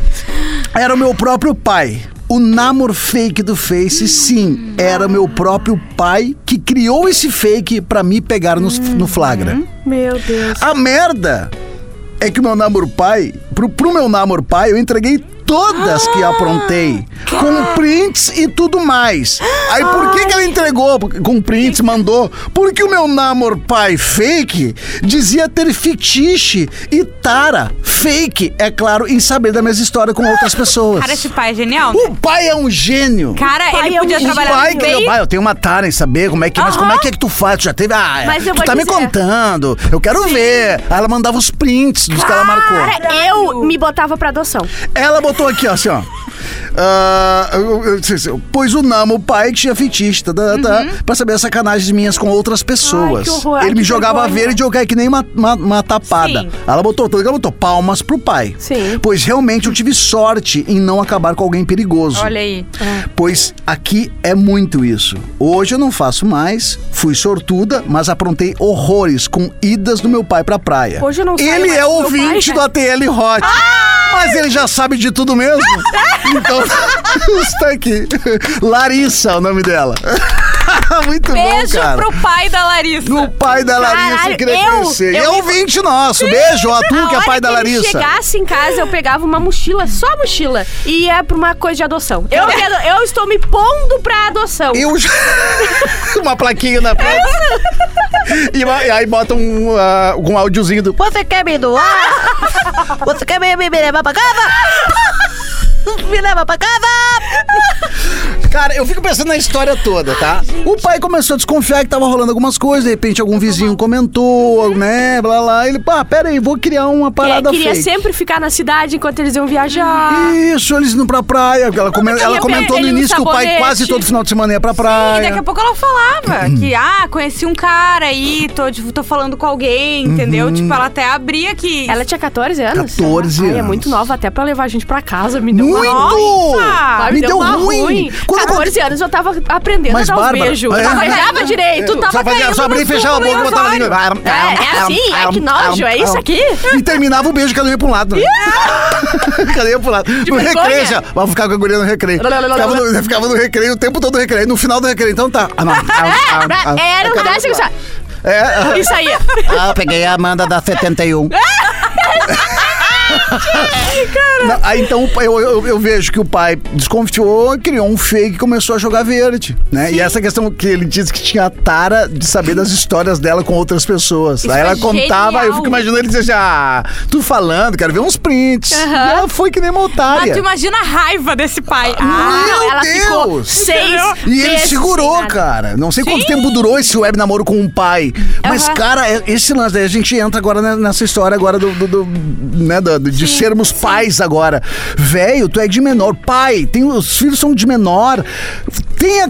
[SPEAKER 5] Era o meu próprio pai. O namor fake do Face, sim, era meu próprio pai que criou esse fake pra me pegar nos- no flagra.
[SPEAKER 4] Meu Deus.
[SPEAKER 5] A merda é que o meu namoro pai, pro, pro meu namoro pai, eu entreguei todas
[SPEAKER 4] Ah!
[SPEAKER 5] que aprontei. Com prints e tudo mais. Aí por que, que ela entregou com prints, mandou? Porque o meu namoro pai fake dizia ter fetiche e tara fake, é claro, em saber da mesma história com outras pessoas.
[SPEAKER 4] Ah, Cara, esse pai é genial.
[SPEAKER 5] O pai é um gênio.
[SPEAKER 4] Cara,
[SPEAKER 3] pai
[SPEAKER 4] ele
[SPEAKER 3] é um
[SPEAKER 4] podia
[SPEAKER 3] gênio.
[SPEAKER 5] O
[SPEAKER 4] trabalhar
[SPEAKER 5] pai, que
[SPEAKER 4] bem.
[SPEAKER 5] meu pai, eu tenho uma tara em saber como é que, mas como é que é que tu faz? Tu já teve, ah, é,
[SPEAKER 3] Mas eu
[SPEAKER 5] tu
[SPEAKER 3] vou
[SPEAKER 5] tá me
[SPEAKER 3] dizer.
[SPEAKER 5] contando, eu quero ver. Aí ela mandava os prints dos que ela marcou.
[SPEAKER 3] Cara, eu me botava pra adoção.
[SPEAKER 5] Ela botou aqui, ó, assim, ó. Ah, eu- eu- eu- eu- pois o Namo, o pai que tinha fetiche, tá, tá, tá, pra saber as sacanagens minhas com outras pessoas.
[SPEAKER 3] Uhum. que horror,
[SPEAKER 5] Ele
[SPEAKER 3] que
[SPEAKER 5] me jogava
[SPEAKER 3] vergonha.
[SPEAKER 5] verde e jogava que nem uma, uma- uma tapada.
[SPEAKER 4] Sim.
[SPEAKER 5] Ela botou, ela botou palmas pro pai.
[SPEAKER 3] Sim.
[SPEAKER 5] Pois realmente eu tive sorte em não acabar com alguém perigoso.
[SPEAKER 4] Olha aí.
[SPEAKER 5] Ah. Pois aqui é muito isso. Hoje eu não faço mais, fui sortuda, mas aprontei horrores com idas do meu pai pra praia.
[SPEAKER 3] Hoje eu não saio
[SPEAKER 5] Ele
[SPEAKER 3] mais
[SPEAKER 5] é
[SPEAKER 3] com meu
[SPEAKER 5] ouvinte
[SPEAKER 3] pai, né?
[SPEAKER 5] do ATL Hot. Mas ele já sabe de tudo mesmo. Então, está aqui. Larissa é o nome dela. muito
[SPEAKER 4] Beijo
[SPEAKER 5] bom, cara.
[SPEAKER 4] pro pai da Larissa.
[SPEAKER 5] O pai da Larissa,
[SPEAKER 3] Caralho,
[SPEAKER 5] eu queria
[SPEAKER 3] eu-
[SPEAKER 5] conhecer.
[SPEAKER 3] eu
[SPEAKER 5] é
[SPEAKER 3] me-
[SPEAKER 5] ouvinte nosso. Beijo a tu que é
[SPEAKER 3] hora
[SPEAKER 5] pai da
[SPEAKER 3] que ele
[SPEAKER 5] Larissa.
[SPEAKER 3] chegasse em casa, eu pegava uma mochila, só mochila, e ia pra uma coisa de adoção. Eu, quero- eu estou me pondo pra adoção.
[SPEAKER 5] Eu já... uma plaquinha na frente. E, uma- e aí bota um, ah, um áudiozinho do.
[SPEAKER 6] Você quer me doar? Você quer me, me, me levar pra casa? Me leva pra casa!
[SPEAKER 5] Cara, eu fico pensando na história toda, tá? O pai começou a desconfiar que tava rolando algumas coisas, de repente algum vizinho comentou, né? Blá blá. Ele, pá, pera aí, vou criar uma parada
[SPEAKER 3] queria
[SPEAKER 5] fake.
[SPEAKER 3] sempre ficar na cidade enquanto eles iam viajar.
[SPEAKER 5] Isso, eles indo pra praia. Ela, come-
[SPEAKER 3] mas
[SPEAKER 5] ela
[SPEAKER 3] ele-
[SPEAKER 5] comentou no
[SPEAKER 3] ele no
[SPEAKER 5] início que o pai
[SPEAKER 3] sabonete.
[SPEAKER 5] quase todo final de semana ia pra praia.
[SPEAKER 4] E daqui a pouco ela falava
[SPEAKER 5] Hum.
[SPEAKER 4] que, ah, conheci um cara aí, tô, tipo, tô falando com alguém,
[SPEAKER 5] Uhum.
[SPEAKER 4] entendeu? Tipo, ela até abria que.
[SPEAKER 3] Ela tinha 14 anos?
[SPEAKER 5] 14
[SPEAKER 3] Ai, é
[SPEAKER 5] anos.
[SPEAKER 3] muito nova até pra levar a gente pra casa, me deu uma-
[SPEAKER 5] Muito!
[SPEAKER 4] Nossa!
[SPEAKER 3] Ah,
[SPEAKER 5] Me deu
[SPEAKER 3] uma
[SPEAKER 5] ruim. Quando eu
[SPEAKER 3] 14 anos eu tava aprendendo
[SPEAKER 5] Mas,
[SPEAKER 3] a dar os
[SPEAKER 5] Bárbara,
[SPEAKER 3] beijos.
[SPEAKER 5] é.
[SPEAKER 3] Eu beijava direito, tava
[SPEAKER 5] só fazia,
[SPEAKER 3] caindo
[SPEAKER 5] só abria e
[SPEAKER 3] no
[SPEAKER 5] fechava a
[SPEAKER 3] suco
[SPEAKER 5] boca e
[SPEAKER 3] e
[SPEAKER 5] botava a
[SPEAKER 3] os
[SPEAKER 5] língua.
[SPEAKER 3] olhos. É, é
[SPEAKER 5] Ah,
[SPEAKER 3] assim? Ai, que nojo, é isso aqui?
[SPEAKER 5] E terminava o beijo, cada um ia pra um lado. Né? cada um ia pra um lado. No
[SPEAKER 3] vergonha.
[SPEAKER 5] recreio, já. Vamos ficar com a guria no recreio. ficava, no, ficava no recreio o tempo todo no recreio. No final do recreio, então tá. Ah, não. Ah, ah, ah, ah.
[SPEAKER 3] Era um o décimo só.
[SPEAKER 5] É, ah.
[SPEAKER 3] Isso aí.
[SPEAKER 5] um. Ah, peguei a Amanda da 71. Não, aí então o pai- eu, eu- eu vejo que o pai desconfiou, criou um fake e começou a jogar verde, né? E essa questão que ele disse que tinha a tara de saber das histórias dela com outras pessoas. aí
[SPEAKER 3] é
[SPEAKER 5] ela contava,
[SPEAKER 3] genial.
[SPEAKER 5] eu fico imaginando ele dizendo ah, tu falando, quero ver uns prints. E ela foi que nem uma
[SPEAKER 4] Mas
[SPEAKER 5] otária.
[SPEAKER 4] Ah, tu imagina a raiva desse pai.
[SPEAKER 5] Ah,
[SPEAKER 4] Ah,
[SPEAKER 5] Meu
[SPEAKER 3] ela ficou
[SPEAKER 5] Deus!
[SPEAKER 3] seis
[SPEAKER 5] E ele
[SPEAKER 3] meses
[SPEAKER 5] segurou,
[SPEAKER 3] sem nada.
[SPEAKER 5] cara. Não sei quanto tempo durou esse web namoro com um pai. Mas, cara, é- esse lance daí a gente entra agora ne- nessa história agora do, do- do- né, do- do- de sermos pais agora. Velho, tu é de menor. Pai, tem, os filhos são de menor. Tenha,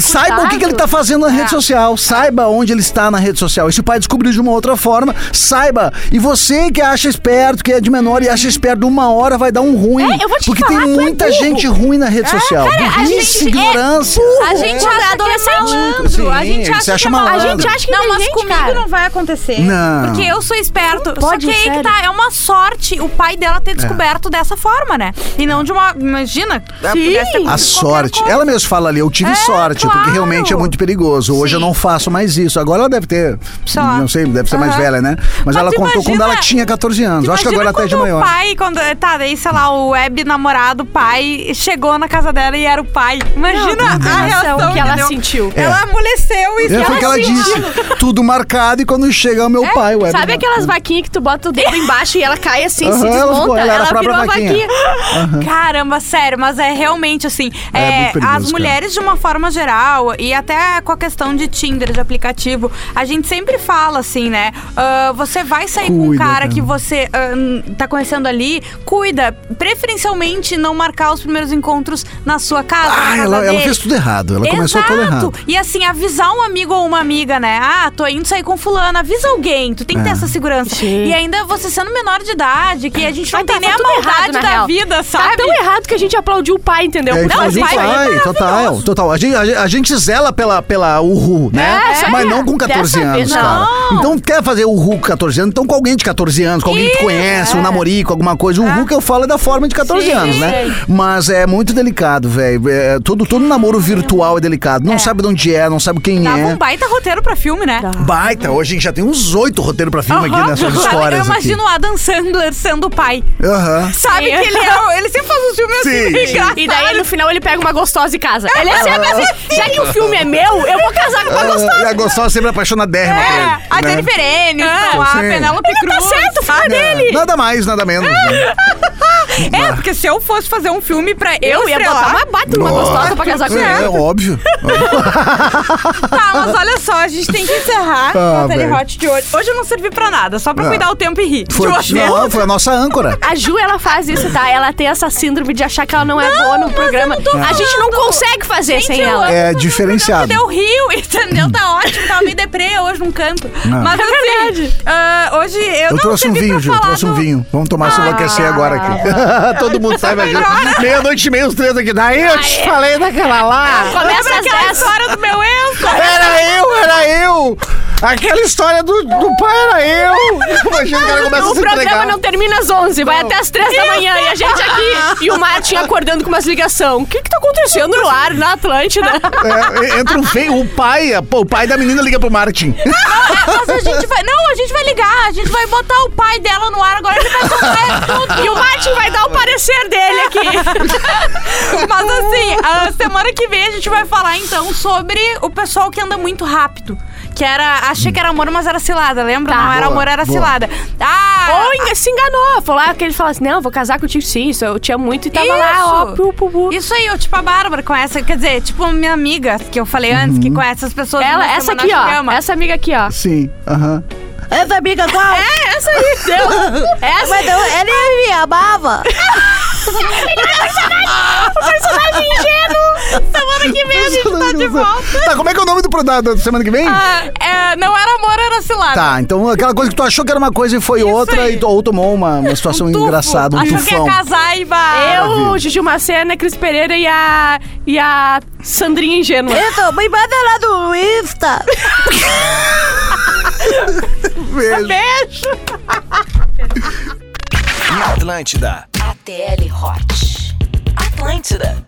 [SPEAKER 5] saiba o que, que ele tá fazendo na rede social. Saiba onde ele está na rede social. E se o pai descobrir de uma outra forma, saiba. E você que acha esperto, que é de menor e acha esperto, uma hora vai dar um ruim.
[SPEAKER 3] É, eu vou te
[SPEAKER 5] porque
[SPEAKER 3] falar, tu
[SPEAKER 5] tem
[SPEAKER 3] é
[SPEAKER 5] muita
[SPEAKER 3] burro.
[SPEAKER 5] gente ruim na rede
[SPEAKER 4] Ah,
[SPEAKER 5] social.
[SPEAKER 3] a gente
[SPEAKER 5] Burrice,
[SPEAKER 3] é
[SPEAKER 5] ignorância.
[SPEAKER 4] A gente
[SPEAKER 3] Quando é
[SPEAKER 4] acha
[SPEAKER 3] adolescente.
[SPEAKER 4] que é malandro. a
[SPEAKER 5] Sim,
[SPEAKER 4] gente
[SPEAKER 5] ele se
[SPEAKER 4] acha que
[SPEAKER 5] acha
[SPEAKER 4] é
[SPEAKER 5] malandro.
[SPEAKER 3] A gente acha que é
[SPEAKER 4] Não, mas
[SPEAKER 3] inteligente,
[SPEAKER 4] comigo
[SPEAKER 3] cara.
[SPEAKER 4] não vai acontecer.
[SPEAKER 5] Não.
[SPEAKER 4] É, Porque eu sou esperto.
[SPEAKER 3] pode,
[SPEAKER 4] Só que aí
[SPEAKER 3] sério.
[SPEAKER 4] que tá, é uma sorte o pai dela
[SPEAKER 5] É.
[SPEAKER 4] ter descoberto dessa forma, né? E não de uma... Imagina. ela
[SPEAKER 3] Sim.
[SPEAKER 4] pudesse ter
[SPEAKER 5] A
[SPEAKER 4] qualquer
[SPEAKER 5] sorte.
[SPEAKER 4] coisa.
[SPEAKER 5] Ela mesma fala ali, eu tive
[SPEAKER 4] É,
[SPEAKER 5] sorte, porque
[SPEAKER 4] claro.
[SPEAKER 5] realmente é muito perigoso. Hoje eu não faço mais isso. Agora ela deve ter,
[SPEAKER 4] Sei lá.
[SPEAKER 5] não sei, deve ser mais
[SPEAKER 4] Aham.
[SPEAKER 5] velha, né? Mas,
[SPEAKER 4] Mas
[SPEAKER 5] ela
[SPEAKER 4] tu
[SPEAKER 5] contou
[SPEAKER 4] imagina-
[SPEAKER 5] quando ela tinha 14 anos. Eu acho que
[SPEAKER 4] Imagina
[SPEAKER 5] agora até de
[SPEAKER 4] quando
[SPEAKER 5] maior.
[SPEAKER 4] O pai, quando. Tá, daí, sei lá, o web namorado, pai, chegou na casa dela e era o pai. Imagina
[SPEAKER 3] Não,
[SPEAKER 4] a
[SPEAKER 3] não,
[SPEAKER 4] reação
[SPEAKER 3] que ela
[SPEAKER 4] entendeu?
[SPEAKER 3] sentiu.
[SPEAKER 5] É.
[SPEAKER 4] Ela amoleceu e
[SPEAKER 5] É, foi o que ela disse. Tudo marcado e quando chega o meu
[SPEAKER 4] É,
[SPEAKER 5] pai, o
[SPEAKER 3] Sabe aquelas vaquinhas que tu bota o dedo embaixo e ela cai assim, se
[SPEAKER 5] Aham, ela ficou-
[SPEAKER 3] desmonta?
[SPEAKER 5] ela era a
[SPEAKER 3] Ela,
[SPEAKER 5] própria
[SPEAKER 3] virou a vaquinha.
[SPEAKER 5] vaquinha.
[SPEAKER 4] Caramba, sério, mas é realmente assim.
[SPEAKER 5] É,
[SPEAKER 4] é,
[SPEAKER 5] muito perigoso,
[SPEAKER 4] as
[SPEAKER 5] cara.
[SPEAKER 4] mulheres, de uma forma geral, e até com a questão de Tinder, de aplicativo, a gente sempre fala assim, né? ah, você vai sair com um
[SPEAKER 5] Cuida,
[SPEAKER 4] cara,
[SPEAKER 5] cara.
[SPEAKER 4] que você ah, hum, tá conhecendo ali, cuida. Preferencialmente não marcar os primeiros encontros na sua casa. na
[SPEAKER 5] Ah,
[SPEAKER 4] casa
[SPEAKER 5] ela, ela
[SPEAKER 4] dele.
[SPEAKER 5] fez tudo errado. Ela começou
[SPEAKER 4] Exato.
[SPEAKER 5] tudo errado.
[SPEAKER 4] E assim, avisar um amigo ou uma amiga, né? Ah, tô indo sair com fulano, avisa alguém, tu tem
[SPEAKER 5] É.
[SPEAKER 4] que ter essa segurança.
[SPEAKER 3] Sim.
[SPEAKER 4] E ainda você sendo menor de idade, que a gente não
[SPEAKER 3] Ah,
[SPEAKER 4] tem
[SPEAKER 3] tá,
[SPEAKER 4] nem
[SPEAKER 3] tá
[SPEAKER 4] a
[SPEAKER 3] tudo errado,
[SPEAKER 4] maldade
[SPEAKER 3] na
[SPEAKER 4] da
[SPEAKER 3] real.
[SPEAKER 4] vida, sabe?
[SPEAKER 3] Tá tão errado que a gente aplaudiu o pai, entendeu?
[SPEAKER 5] É, e
[SPEAKER 4] Não,
[SPEAKER 5] faz um
[SPEAKER 4] pai,
[SPEAKER 5] pai,
[SPEAKER 4] maravilhoso.
[SPEAKER 5] total, total. A gente, a- a gente zela pela, pela Uhu, né?
[SPEAKER 3] É,
[SPEAKER 5] Mas
[SPEAKER 3] é.
[SPEAKER 5] não com 14
[SPEAKER 3] Dessa
[SPEAKER 5] anos,
[SPEAKER 3] vez,
[SPEAKER 5] cara.
[SPEAKER 4] não.
[SPEAKER 5] Então quer fazer Uhu com 14 anos, então com alguém de 14 anos, com alguém que tu conhece, um namorico, alguma coisa. Uhu que eu falo é da forma de 14
[SPEAKER 3] Sim,
[SPEAKER 5] anos, né?
[SPEAKER 3] sim.
[SPEAKER 5] Mas é muito delicado, velho. É, todo, todo namoro virtual é delicado. Não sabe de onde é, não sabe quem
[SPEAKER 4] Dava
[SPEAKER 5] é.
[SPEAKER 4] um baita roteiro pra filme, né?
[SPEAKER 5] Baita, hoje a gente já tem uns oito roteiros pra filme
[SPEAKER 4] Aham.
[SPEAKER 5] aqui é nessas
[SPEAKER 4] Sabe, Eu
[SPEAKER 5] histórias. aqui.
[SPEAKER 4] imagino o Adam Sandler sendo o pai.
[SPEAKER 5] Aham.
[SPEAKER 4] Sabe
[SPEAKER 3] Sim.
[SPEAKER 4] que ele é. o- Ele sempre faz um filme
[SPEAKER 5] Sim.
[SPEAKER 4] assim, engraçado.
[SPEAKER 3] E daí no final ele pega uma gostosa e casa. Ele é sempre assim, já que o filme é meu, eu vou casar com uma gostosa.
[SPEAKER 5] Ah, E a gostosa sempre apaixonadérrima por ele.
[SPEAKER 4] É, Ah. a
[SPEAKER 5] né?
[SPEAKER 4] Jennifer Aniston, a
[SPEAKER 5] Sim.
[SPEAKER 4] Penélope Cruz. Ah,
[SPEAKER 3] Tá certo, fala
[SPEAKER 4] sabe?
[SPEAKER 3] dele.
[SPEAKER 5] É, Nada mais, nada menos. né?
[SPEAKER 4] É, porque se eu fosse fazer um filme pra eu,
[SPEAKER 3] Eu ia botar
[SPEAKER 4] estrelar,
[SPEAKER 3] uma bata numa gostosa pra casar com
[SPEAKER 5] É,
[SPEAKER 3] ela.
[SPEAKER 5] óbvio.
[SPEAKER 4] Tá, mas olha só, a gente tem que encerrar
[SPEAKER 5] Ah,
[SPEAKER 4] o Natalie
[SPEAKER 5] velho.
[SPEAKER 4] Hot de hoje. Hoje eu não servi pra nada, só pra
[SPEAKER 5] Ah.
[SPEAKER 4] cuidar o tempo e rir.
[SPEAKER 5] Foi,
[SPEAKER 4] de vocês.
[SPEAKER 5] não, foi a nossa âncora.
[SPEAKER 3] A Ju, ela faz isso, tá? Ela tem essa síndrome de achar que ela não é boa no programa. a gente não consegue fazer sem
[SPEAKER 4] eu
[SPEAKER 3] ela.
[SPEAKER 4] amo
[SPEAKER 5] É
[SPEAKER 4] fazer um
[SPEAKER 5] diferenciado.
[SPEAKER 4] programa Que deu rio, entendeu? Tá ótimo, tava meio deprê eu hoje num canto.
[SPEAKER 5] Não.
[SPEAKER 4] Mas assim, ah, hoje eu,
[SPEAKER 5] Eu
[SPEAKER 4] não
[SPEAKER 5] trouxe um
[SPEAKER 4] servi pra
[SPEAKER 5] vinho, Ju.
[SPEAKER 4] falar
[SPEAKER 5] Trouxe
[SPEAKER 4] do-
[SPEAKER 5] um vinho. Vamos tomar se enlouquecer
[SPEAKER 3] Ah.
[SPEAKER 5] agora aqui. Todo mundo sai imagina. Meia-noite e meia, os três aqui. Daí eu te falei daquela lá.
[SPEAKER 3] Começa
[SPEAKER 4] Lembra
[SPEAKER 3] às
[SPEAKER 4] aquela
[SPEAKER 3] 10.
[SPEAKER 4] história do meu ex?
[SPEAKER 5] Era eu, era eu. Aquela história do, do pai era eu. Imagina que ela começa a
[SPEAKER 3] O
[SPEAKER 5] se
[SPEAKER 3] programa
[SPEAKER 5] entregar.
[SPEAKER 3] não tá. termina às 11, vai até às 3 da manhã e a gente aqui. E o Martin acordando com umas ligações. O que que tá acontecendo no ar, na Atlântida?
[SPEAKER 5] É, entra um feio. O pai, a- pô, o pai da menina liga pro Martin.
[SPEAKER 4] Mas a gente vai. Não, a gente vai ligar, a gente vai botar o pai dela no ar agora, ele vai contar tudo.
[SPEAKER 3] E o Martin vai dar o parecer dele aqui.
[SPEAKER 4] Mas assim, a semana que vem a gente vai falar então sobre o pessoal que anda muito rápido. Que era. Achei que era amor, mas era cilada, lembra?
[SPEAKER 3] Tá.
[SPEAKER 4] Não era
[SPEAKER 5] Boa,
[SPEAKER 4] amor, era
[SPEAKER 5] boa.
[SPEAKER 4] cilada. Ah!
[SPEAKER 3] Ou en- se enganou. Falou lá que ele fala assim: Não, vou casar contigo sim, isso eu te amo muito e tava
[SPEAKER 4] Isso.
[SPEAKER 3] lá, ó, pu, pu, pu.
[SPEAKER 4] Isso aí, eu, tipo a Bárbara com essa, quer dizer, tipo a minha amiga que eu falei antes,
[SPEAKER 5] Uhum.
[SPEAKER 4] que conhece as pessoas.
[SPEAKER 3] Ela,
[SPEAKER 4] na
[SPEAKER 3] essa
[SPEAKER 4] semana
[SPEAKER 3] aqui,
[SPEAKER 4] que
[SPEAKER 3] ó.
[SPEAKER 4] ama.
[SPEAKER 3] Essa amiga aqui, ó.
[SPEAKER 5] Sim, aham.
[SPEAKER 6] Essa amiga qual?
[SPEAKER 3] É, essa aí. Deu. Essa
[SPEAKER 6] Mas eu, ele me amava.
[SPEAKER 3] personagem ingênuo. Semana que vem a gente tá de volta.
[SPEAKER 5] Tá, como é que é o nome do pro- da, da semana que vem?
[SPEAKER 4] Ah, é, não era amor, era cilada.
[SPEAKER 5] Tá, então aquela coisa que tu achou que era uma coisa e foi outra,
[SPEAKER 4] aí.
[SPEAKER 5] e tu, ou tomou uma, uma situação
[SPEAKER 4] Tufo.
[SPEAKER 5] engraçada, um
[SPEAKER 4] Achou que
[SPEAKER 5] tufão.
[SPEAKER 4] ia casar e vai.
[SPEAKER 3] Eu,
[SPEAKER 5] Maravilha.
[SPEAKER 3] Juju Macena, Cris Pereira e a. e a Sandrinha Ingênua.
[SPEAKER 6] Isso, me manda lá no Insta.
[SPEAKER 5] Beijo.
[SPEAKER 3] Beijo!
[SPEAKER 1] Na Atlântida.
[SPEAKER 2] ATL Hot. Atlântida.